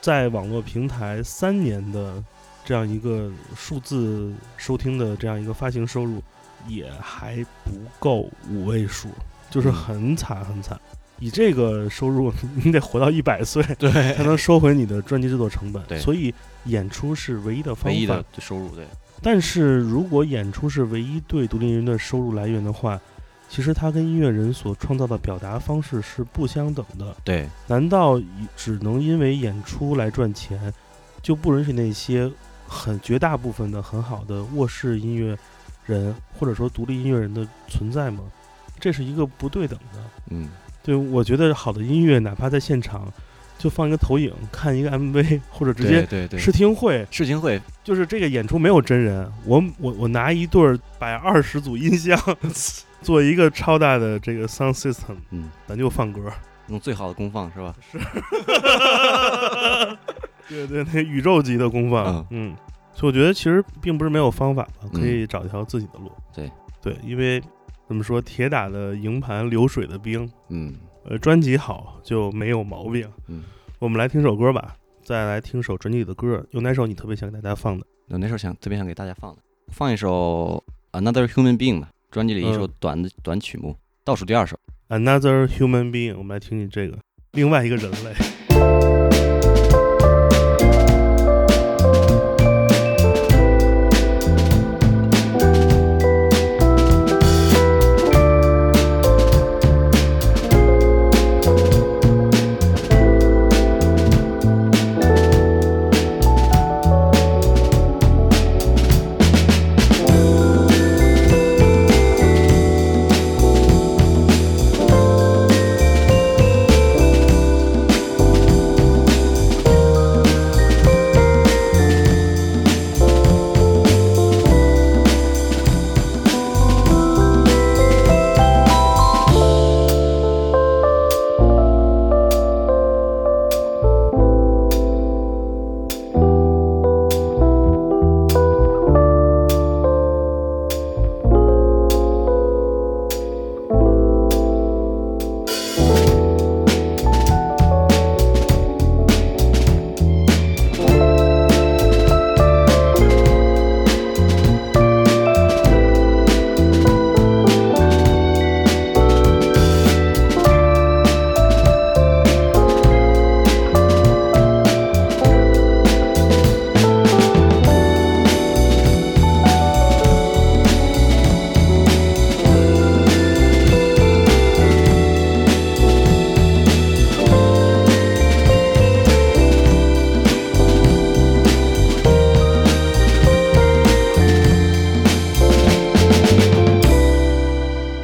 在网络平台三年的这样一个数字收听的这样一个发行收入，也还不够五位数，就是
嗯
很惨很惨。以这个收入，你得活到一百岁
对
才能收回你的专辑制作成本。
对
所以演出是唯一的方
唯一
法
的收入，对，
但是如果演出是唯一对独立音乐人的收入来源的话，其实它跟音乐人所创造的表达方式是不相等的。
对，
难道以只能因为演出来赚钱，就不允许那些很绝大部分的很好的卧室音乐人或者说独立音乐人的存在吗？这是一个不对等的。
嗯，
对，我觉得好的音乐，哪怕在现场就放一个投影，看一个 MV，或者直
对
接
对对，
试听会，
事情会
就是这个演出没有真人，我我我拿一对儿百二十组音箱，做一个超大的这个 sound system，
嗯，
咱就放歌。
用最好的功放是吧？
对对，那宇宙级的功放，嗯，所以我觉得其实并不是没有方法吧，
嗯
可以找一条自己的路。
对
对，因为怎么说，铁打的营盘流水的兵。
嗯
呃，专辑好就没有毛病。
嗯，
我们来听首歌吧，再来听首专辑里的歌，有哪首你特别想给大家放的？
有那时候想特别想给大家放的，放一首《Another Human Being》吧，专辑里一首
嗯
短的、短曲目，倒数第二首。
Another Human Being，我们来听听这个另外一个人类。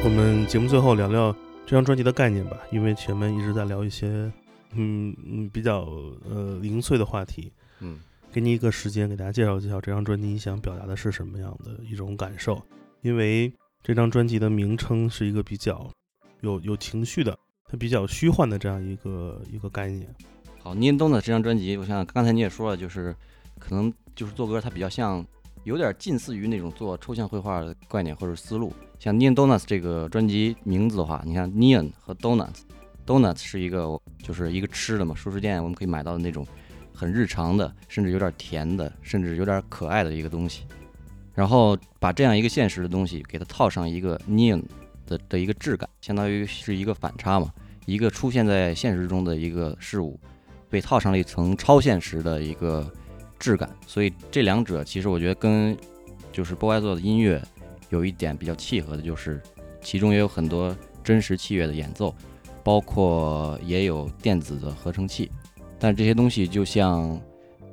我们节目最后聊聊这张专辑的概念吧，因为前面一直在聊一些嗯嗯比较呃零碎的话题，
嗯
给你一个时间给大家介绍介绍这张专辑你想表达的是什么样的一种感受，因为这张专辑的名称是一个比较有有情绪的，它比较虚幻的这样一个一个概念。
好，聂东的这张专辑，我想刚才你也说了，就是可能就是做歌，它比较像，有点近似于那种做抽象绘画的概念或者思路。像 Neon Donuts 这个专辑名字的话，你看 Neon 和 Donuts，Donuts 是一个就是一个吃的嘛，熟食店我们可以买到的那种很日常的，甚至有点甜的，甚至有点可爱的一个东西。然后把这样一个现实的东西给它套上一个 Neon 的的一个质感，相当于是一个反差嘛，一个出现在现实中的一个事物，被套上了一层超现实的一个质感，所以这两者其实我觉得跟就是 Boy 做的音乐有一点比较契合的，就是其中也有很多真实器乐的演奏，包括也有电子的合成器，但这些东西就像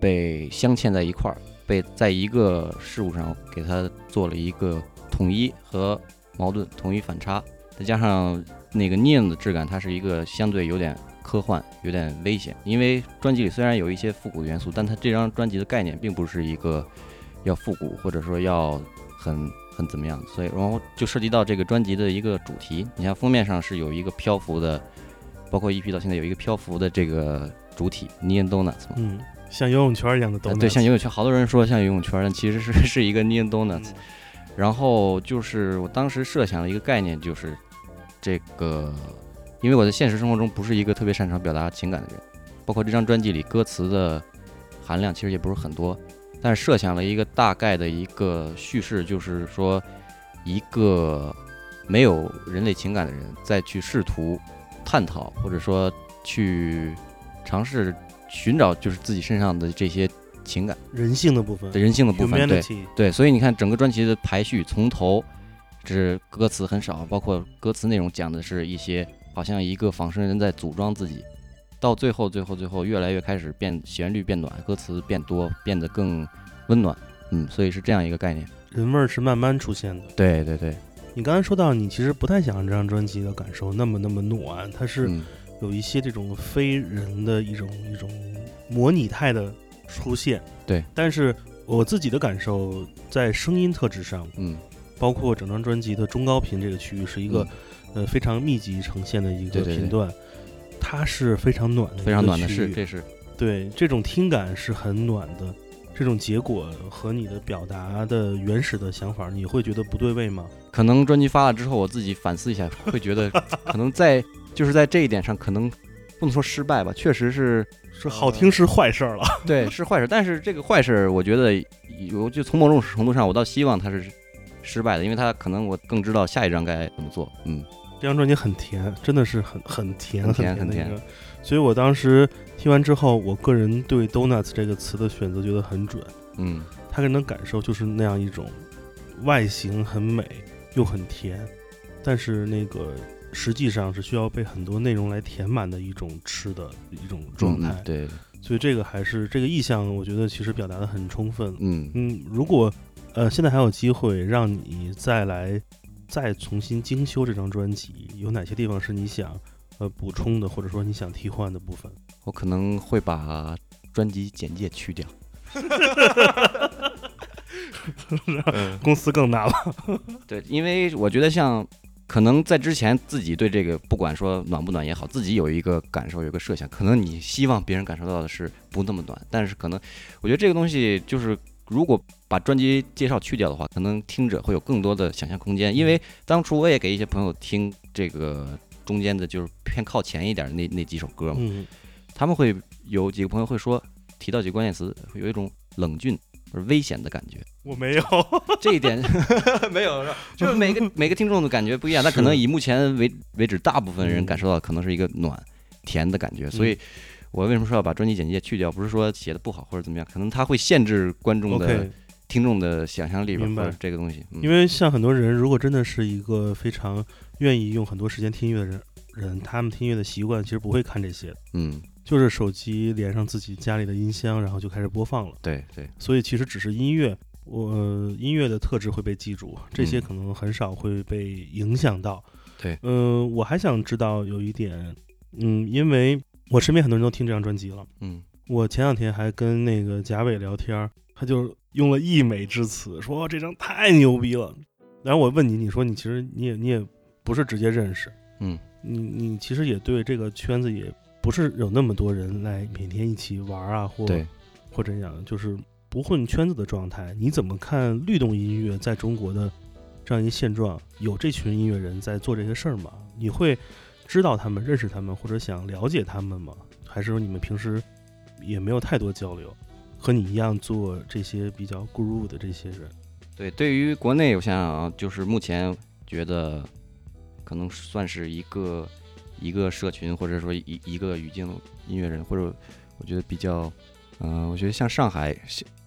被镶嵌在一块儿，被在一个事物上给它做了一个统一和矛盾、统一反差，再加上那个念的质感，它是一个相对有点科幻、有点危险，因为专辑里虽然有一些复古元素，但它这张专辑的概念并不是一个要复古或者说要很很怎么样，所以然后就涉及到这个专辑的一个主题。你像封面上是有一个漂浮的，包括 EP 到现在有一个漂浮的这个主体 Neon Donuts 嘛。
嗯，像游泳圈一样的
呃
东西、
对，像游泳圈，好多人说像游泳圈，但其实是 是一个 Neon Donuts
嗯。
然后就是我当时设想了一个概念，就是这个，因为我在现实生活中不是一个特别擅长表达情感的人，包括这张专辑里歌词的含量其实也不是很多，但是设想了一个大概的一个叙事，就是说一个没有人类情感的人再去试图探讨，或者说去尝试寻找就是自己身上的这些情感
人性的部分
对人性的部分，对。
，humanity，
对，所以你看整个专辑的排序，从头这歌词很少，包括歌词内容讲的是一些好像一个仿生人在组装自己，到最后最后最后越来越开始变旋律变暖，歌词变多，变得更温暖，嗯，所以是这样一个概念。
人味儿是慢慢出现的。
对对对，
你刚才说到，你其实不太想让这张专辑的感受那么那么暖，它是
嗯
有一些这种非人的一种一种模拟态的出现。
对，
但是我自己的感受在声音特质上，
嗯，
包括整张专辑的中高频这个区域是一个、呃非常密集呈现的一个
对对对
频段，它是非常暖的，
非常暖的
是
是，这是
对这种听感是很暖的。这种结果和你的表达的原始的想法，你会觉得不对位吗？
可能专辑发了之后，我自己反思一下，会觉得可能在就是在这一点上，可能不能说失败吧，确实是
是好听是坏事儿了，
对，是坏事。但是这个坏事，我觉得，我就从某种程度上，我倒希望它是失败的，因为它可能我更知道下一张该怎么做。嗯，
这张专辑很甜，真的是很很甜
很甜
很的
很
一个。所以我当时听完之后，我个人对 “donuts” 这个词的选择觉得很准，
嗯，
它给人的感受就是那样一种外形很美又很甜，但是那个实际上是需要被很多内容来填满的一种吃的一种状态。
嗯对，
所以这个还是这个意象，我觉得其实表达的很充分。
嗯
嗯，如果呃现在还有机会让你再来再重新精修这张专辑，有哪些地方是你想呃补充的，或者说你想替换的部分？
我可能会把专辑简介去掉。嗯
公司更难了。
对，因为我觉得像可能在之前自己对这个不管说暖不暖也好，自己有一个感受，有一个设想，可能你希望别人感受到的是不那么暖，但是可能我觉得这个东西就是。如果把专辑介绍去掉的话，可能听者会有更多的想象空间。因为当初我也给一些朋友听这个中间的，就是偏靠前一点的那那几首歌嘛，
嗯
他们会有几个朋友会说提到几个关键词，会有一种冷峻而危险的感觉。
我没有，
这一点没有，是吧 就是 每个每个听众的感觉不一样。那可能以目前为为止，大部分人感受到可能是一个暖甜的感
嗯
觉。所以，我为什么说要把专辑简介去掉？不是说写的不好或者怎么样，可能它会限制观众的
OK，
听众的想象力吧，
明白
或者这个东西。嗯
因为像很多人，如果真的是一个非常愿意用很多时间听音乐的人，人他们听音乐的习惯其实不会看这些，
嗯，
就是手机连上自己家里的音箱，然后就开始播放了。
对对，
所以其实只是音乐，我、呃音乐的特质会被记住，这些
嗯
可能很少会被影响到。
对
嗯、我还想知道有一点，嗯，因为我身边很多人都听这张专辑了，
嗯
我前两天还跟那个贾伟聊天儿，他就用了溢美之词，说、哦这张太牛逼了。然后我问你，你说你其实你也你也不是直接认识，
嗯，
你你其实也对这个圈子也不是有那么多人来每天一起玩儿啊，或
对。
或者讲就是不混圈子的状态，你怎么看律动音乐在中国的这样一个现状？有这群音乐人在做这些事儿吗？你会知道他们、认识他们，或者想了解他们吗？还是说你们平时也没有太多交流？和你一样做这些比较 guru 的这些人，
对，对于国内，我想想啊，就是目前觉得可能算是一个一个社群，或者说一一个语境音乐人，或者我觉得比较，嗯、我觉得像上海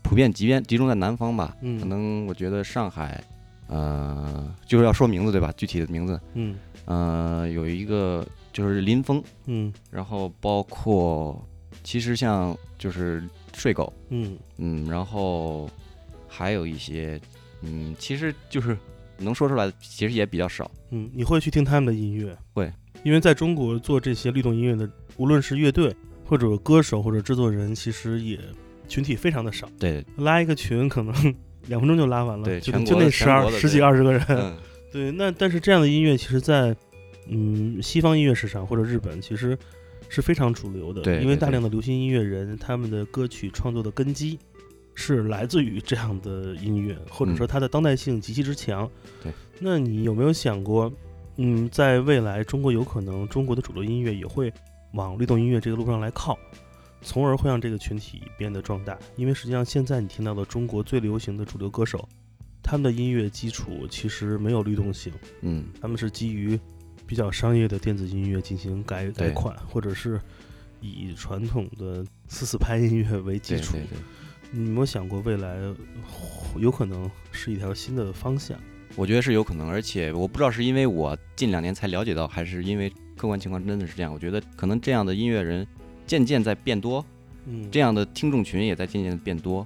普遍集边集中在南方吧，
嗯
可能我觉得上海，呃，就是要说名字对吧？具体的名字，
嗯
呃，有一个就是林峰，
嗯
然后包括其实像就是睡狗，
嗯
嗯，然后还有一些，嗯，其实就是能说出来的，其实也比较少。
嗯，你会去听他们的音乐？
会，
因为在中国做这些律动音乐的，无论是乐队或者歌手或者制作人，其实也群体非常的少。
对，
拉一个群可能 两分钟就拉完了，
对
就
全国
就那
的
十二
全国的
十几
对
二十个人，
嗯，
对，那但是这样的音乐其实在，嗯西方音乐市场或者日本其实是非常主流的，
对
因为
对
大
对
量的流行音乐人他们的歌曲创作的根基是来自于这样的音乐，或者
嗯
说它的当代性极其之强。
对，
那你有没有想过，嗯，在未来中国有可能中国的主流音乐也会往律动音乐这个路上来靠？从而会让这个群体变得壮大，因为实际上现在你听到的中国最流行的主流歌手，他们的音乐基础其实没有律动性，
嗯，
他们是基于比较商业的电子音乐进行改
对
改款，或者是以传统的四四拍音乐为基
对
础
对。对，
你有没有想过未来呼有可能是一条新的方向？
我觉得是有可能，而且我不知道是因为我近两年才了解到，还是因为客观情况真的是这样。我觉得可能这样的音乐人渐渐在变多，
嗯，
这样的听众群也在渐渐的变多，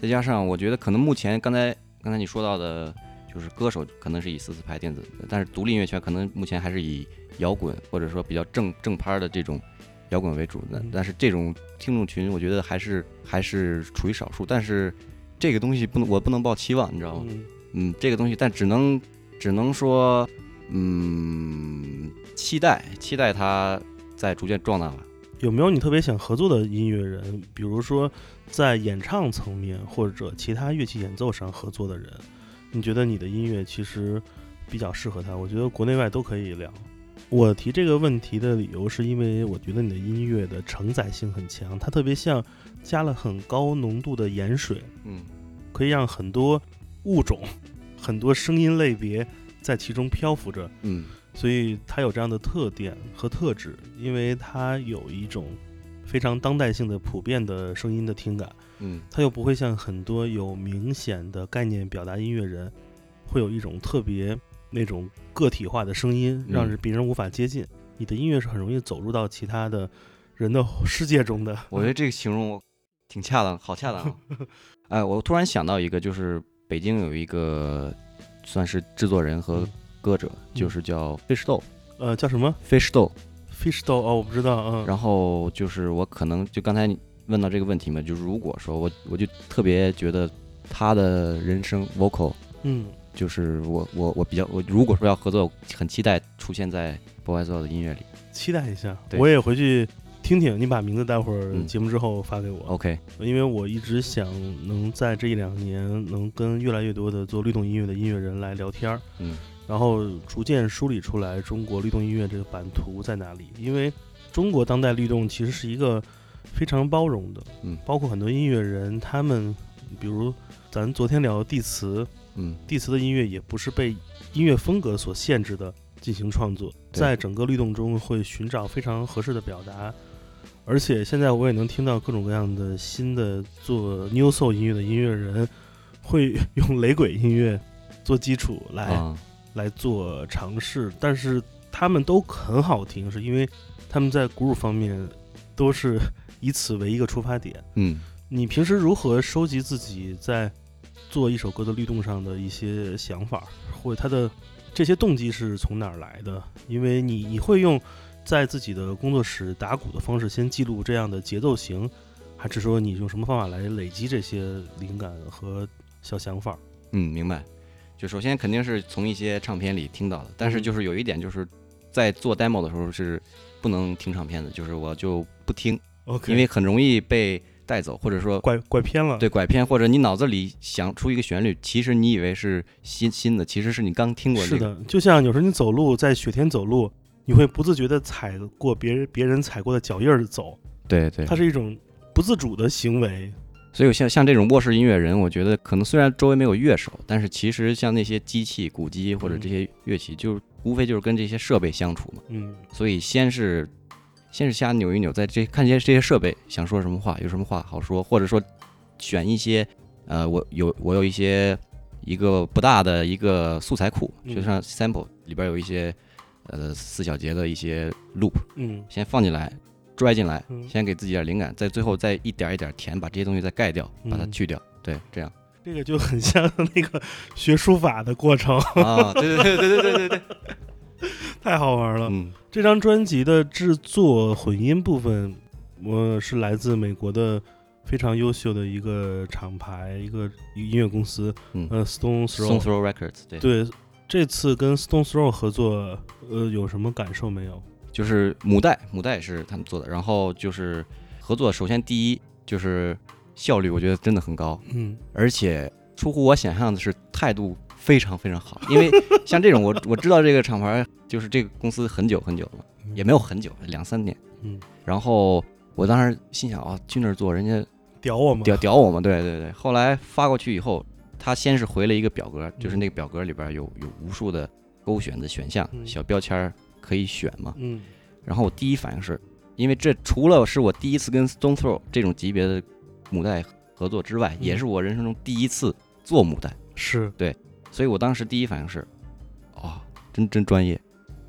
再加上我觉得可能目前刚才刚才你说到的，就是歌手可能是以四四拍电子，但是独立音乐圈可能目前还是以摇滚或者说比较正正拍的这种摇滚为主的
嗯，
但是这种听众群我觉得还是还是处于少数，但是这个东西不能我不能抱期望，你知道吗？
嗯
嗯，这个东西，但只能只能说，嗯，期待期待它在逐渐壮大吧。
有没有你特别想合作的音乐人？比如说在演唱层面或者其他乐器演奏上合作的人，你觉得你的音乐其实比较适合他？我觉得国内外都可以聊。我提这个问题的理由是因为我觉得你的音乐的承载性很强，它特别像加了很高浓度的盐水，
嗯，
可以让很多物种、 很多声音类别在其中漂浮着。
嗯
所以它有这样的特点和特质，因为它有一种非常当代性的普遍的声音的听感，
嗯
它又不会像很多有明显的概念表达音乐人，会有一种特别那种个体化的声音，
嗯
让人别人无法接近。你的音乐是很容易走入到其他的人的呃世界中的。
嗯我觉得这个形容我挺恰当，好恰当、啊。
嗯
哎，我突然想到一个，就是北京有一个算是制作人和
嗯
歌者，就是叫 Fish Doll。
呃，叫什么
Fish Doll，
fish doll？哦，我不知道，嗯，
然后就是我可能就刚才你问到这个问题嘛，就如果说我我就特别觉得他的人声 vocal
嗯
就是我我我比较我如果说要合作，很期待出现在 Boys Out 的音乐里。
期待一下，
对
我也回去听听。你把名字待会儿
嗯
节目之后发给我。
OK，
因为我一直想能在这一两年能跟越来越多的做律动音乐的音乐人来聊天儿，
嗯，
然后逐渐梳理出来中国律动音乐这个版图在哪里。因为中国当代律动其实是一个非常包容的，
嗯
包括很多音乐人，他们比如咱昨天聊地词，
嗯
地词的音乐也不是被音乐风格所限制的进行创作，
对
在整个律动中会寻找非常合适的表达。而且现在我也能听到各种各样的新的做 new soul 音乐的音乐人，会用雷鬼音乐做基础来、
啊，
来做尝试，但是他们都很好听，是因为他们在鼓舞方面都是以此为一个出发点。
嗯
你平时如何收集自己在做一首歌的律动上的一些想法，或者它的这些动机是从哪儿来的？因为你你会用在自己的工作室打鼓的方式先记录这样的节奏型，还是说你用什么方法来累积这些灵感和小想法？
嗯，明白。就首先肯定是从一些唱片里听到的，
嗯
但是就是有一点就是在做 demo 的时候是不能听唱片的，就是我就不听，
OK，
因为很容易被带走，或者说
拐拐偏了。
对拐偏，或者你脑子里想出一个旋律，其实你以为是新新的，其实是你刚听过那
是
个。
的，就像有时候你走路在雪天走路，你会不自觉的踩过别人别人踩过的脚印儿走，
对对，
它是一种不自主的行为。
所以像像这种卧室音乐人，我觉得可能虽然周围没有乐手，但是其实像那些机器、鼓机或者这些乐器，就是无非就是跟这些设备相处嘛。
嗯，
所以先是先是瞎扭一扭，在这看这些这些设备想说什么话，有什么话好说，或者说选一些呃，我有我有一些一个不大的一个素材库，
嗯
就像 sample 里边有一些呃四小节的一些 loop，
嗯
先放进来，拽进来，
嗯
先给自己点灵感，再最后再一点一点填，把这些东西再盖掉，把它
嗯
去掉。对，这 样
这个就很像那个学书法的过程，
啊，对对对对对 对对对，
太好玩了。
嗯
这张专辑的制作混音部分，我是来自美国的非常优秀的一个厂牌，一个音乐公司，
嗯
呃，Stone Throw。
，Song Throw Records，对，
对，这次跟 Stone Throw 合作，呃，有什么感受没有？
就是母带，母带是他们做的，然后就是合作，首先第一就是效率，我觉得真的很高，
嗯，
而且出乎我想象的是态度非常非常好，因为像这种我我知道这个厂牌就是这个公司很久很久了，也没有很久，两三年，
嗯，
然后我当时心想啊，去那儿做人家
屌我们，
屌屌我们，对对对。后来发过去以后，他先是回了一个表格，
嗯
就是那个表格里边有有无数的勾选的选项，
嗯
小标签儿可以选嘛。
嗯
然后我第一反应是，因为这除了是我第一次跟 Stone Throw 这种级别的母带合作之外，
嗯
也是我人生中第一次做母带，
是，
所以我当时第一反应是，哦，真真专业。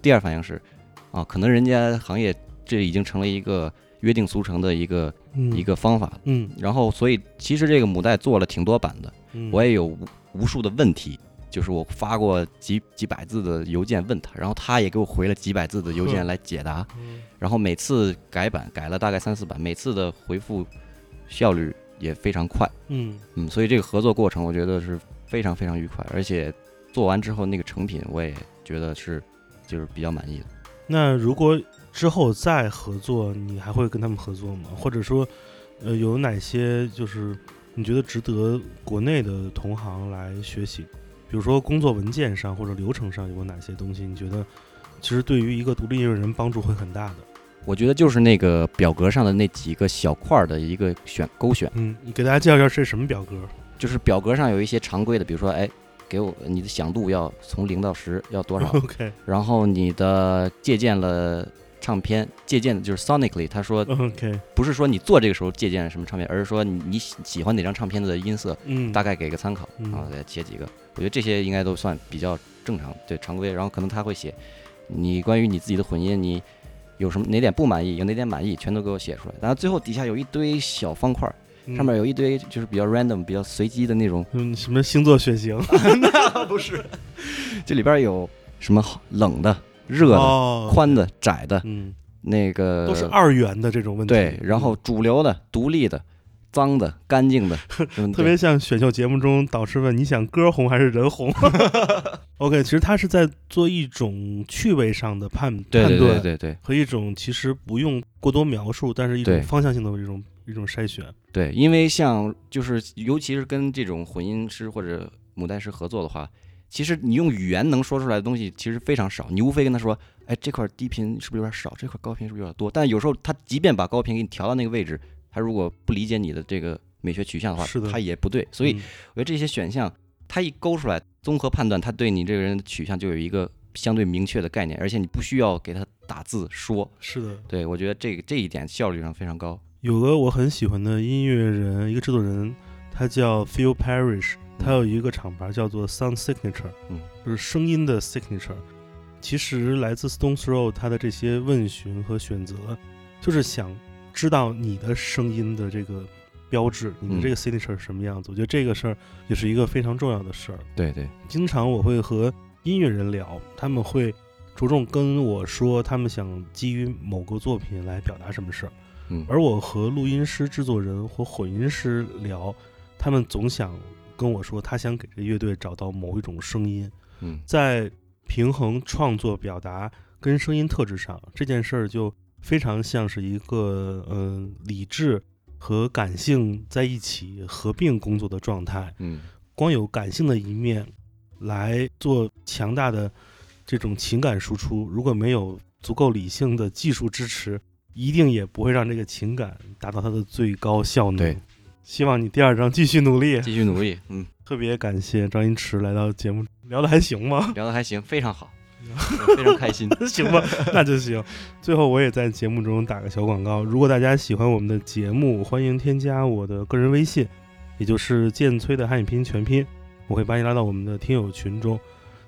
第二反应是，啊，可能人家行业这已经成了一个约定俗成的一个、
嗯
一个方法了。
嗯，
然后，所以其实这个母带做了挺多版的，
嗯
我也有无无数的问题，就是我发过几几百字的邮件问他，然后他也给我回了几百字的邮件
呵
来解答，
嗯
然后每次改版改了大概三四版，每次的回复效率也非常快，
嗯
嗯，所以这个合作过程我觉得是非常非常愉快，而且做完之后那个成品我也觉得是就是比较满意的。
那如果之后再合作，你还会跟他们合作吗？或者说，呃，有哪些就是你觉得值得国内的同行来学习？比如说工作文件上或者流程上有哪些东西，你觉得其实对于一个独立音乐人帮助会很大的？
我觉得就是那个表格上的那几个小块儿的一个选勾选，
嗯，你给大家介绍一下这是什么表格？，
就是表格上有一些常规的，比如说，哎，给我你的响度要从零到十要多少
OK，
然后你的借鉴了唱片，借鉴的就是 sonically，他说
OK，
不是说你做这个时候借鉴了什么唱片，而是说你你喜喜欢哪张唱片的音色，
嗯，
大概给个参考
嗯
啊，再写几个。我觉得这些应该都算比较正常，对常规。然后可能他会写你关于你自己的混音，你有什么哪点不满意，有哪点满意，全都给我写出来。然后最后底下有一堆小方块儿，
嗯
上面有一堆就是比较 random、比较随机的 那种，
嗯什么星座血型
不是， 这里边有什么好冷的、热的、
哦，
宽的、窄的，
嗯，
那个
都是二元的这种问题，
对，然
嗯
后主流的、独立的、脏的、干 净的什么的，
特别像选秀节目中导师问你想歌红还是人 红，OK，其实他是在做一种趣味上的判
对对对
判断
对对
和一种其实不用过多描述，但是一种
对
方向性的一种一种筛选，
对，因为像就是尤其是跟这种混音师或者母带师合作的话，其实你用语言能说出来的东西其实非常少，你无非跟他说，哎，这块低频是不是有点少，这块高频是不是有点多？但有时候他即便把高频给你调到那个位置，他如果不理解你的这个美学取向的话，
是的
他也不对。所以
嗯
我觉得这些选项，它一勾出来，综合判断，它对你这个人的取向就有一个相对明确的概念，而且你不需要给他打字说。
是的，
对我觉得这个这一点效率上非常高。
有个我很喜欢的音乐人，一个制作人，他叫 Phil Parrish，他有一个厂牌叫做 Sound Signature，
嗯，
就是声音的 signature。其实来自 Stones Row 他的这些问询和选择，就是想知道你的声音的这个标志，你的
嗯
这个 signature 是什么样子。我觉得这个事儿也是一个非常重要的事儿。
对对，
经常我会和音乐人聊，他们会着重跟我说他们想基于某个作品来表达什么事儿。
嗯，
而我和录音师、制作人或混音师聊，他们总想跟我说，他想给这乐队找到某一种声音，
嗯
在平衡创作表达跟声音特质上，这件事儿就非常像是一个嗯、理智和感性在一起合并工作的状态。
嗯，
光有感性的一面来做强大的这种情感输出，如果没有足够理性的技术支持，一定也不会让这个情感达到它的最高效能。
对，
希望你第二章继续努力。
嗯继续努力。 嗯，
特别感谢张一驰来到节目，聊的还行吗？
聊得还行，非常好，嗯非常开 心。
行吧，那就行。最后我也在节目中打个小广告，如果大家喜欢我们的节目，欢迎添加我的个人微信，也就是剑崔的汉语拼音全拼，我会把你拉到我们的听友群中。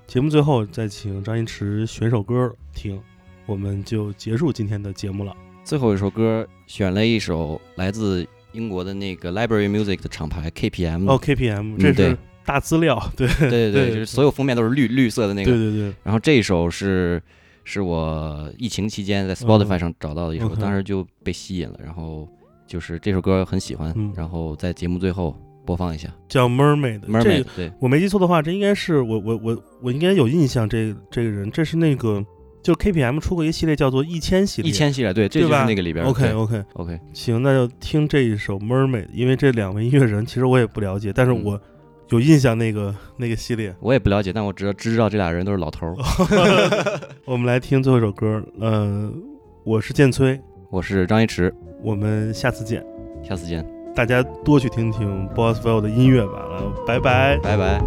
节目最后再请张一驰选首歌听，我们就结束今天的节目了。
最后一首歌选了一首来自英国的那个 Library Music 的厂牌 KPM 的。
哦，KPM，
嗯
这是
对
大资料，对
对对
对
对，就是所有封面都是绿绿色的那
对
个。
对对，
然后这一首是是我疫情期
嗯
间在 Spotify 上找到的一首，
OK
当时就被吸引了，然后就是这首歌很喜欢，
嗯
然后在节目最后播放一下。
叫 Mermaid，这
Mermaid，
个
对，
我没记错的话，这应该是我我我我应该有印象这这个人，这是那个就是 KPM 出过一系列叫做一千系列，
一千系列，对，这
对
就是
吧
那个里边。
OK
对
OK，
OK，
行，那就听这一首《Mermaid》，因为这两位音乐人其实我也不了解，但
嗯
是我有印象那个那个系 列。
我也不了解，但我只只知道这俩人都是老头
哦
儿。
我们来听最后一首歌，呃，我是剑崔，
我是张一驰，
我们下次见，
下次见，
大家多去听听 Boswell 的音乐吧，了，拜拜。
拜拜。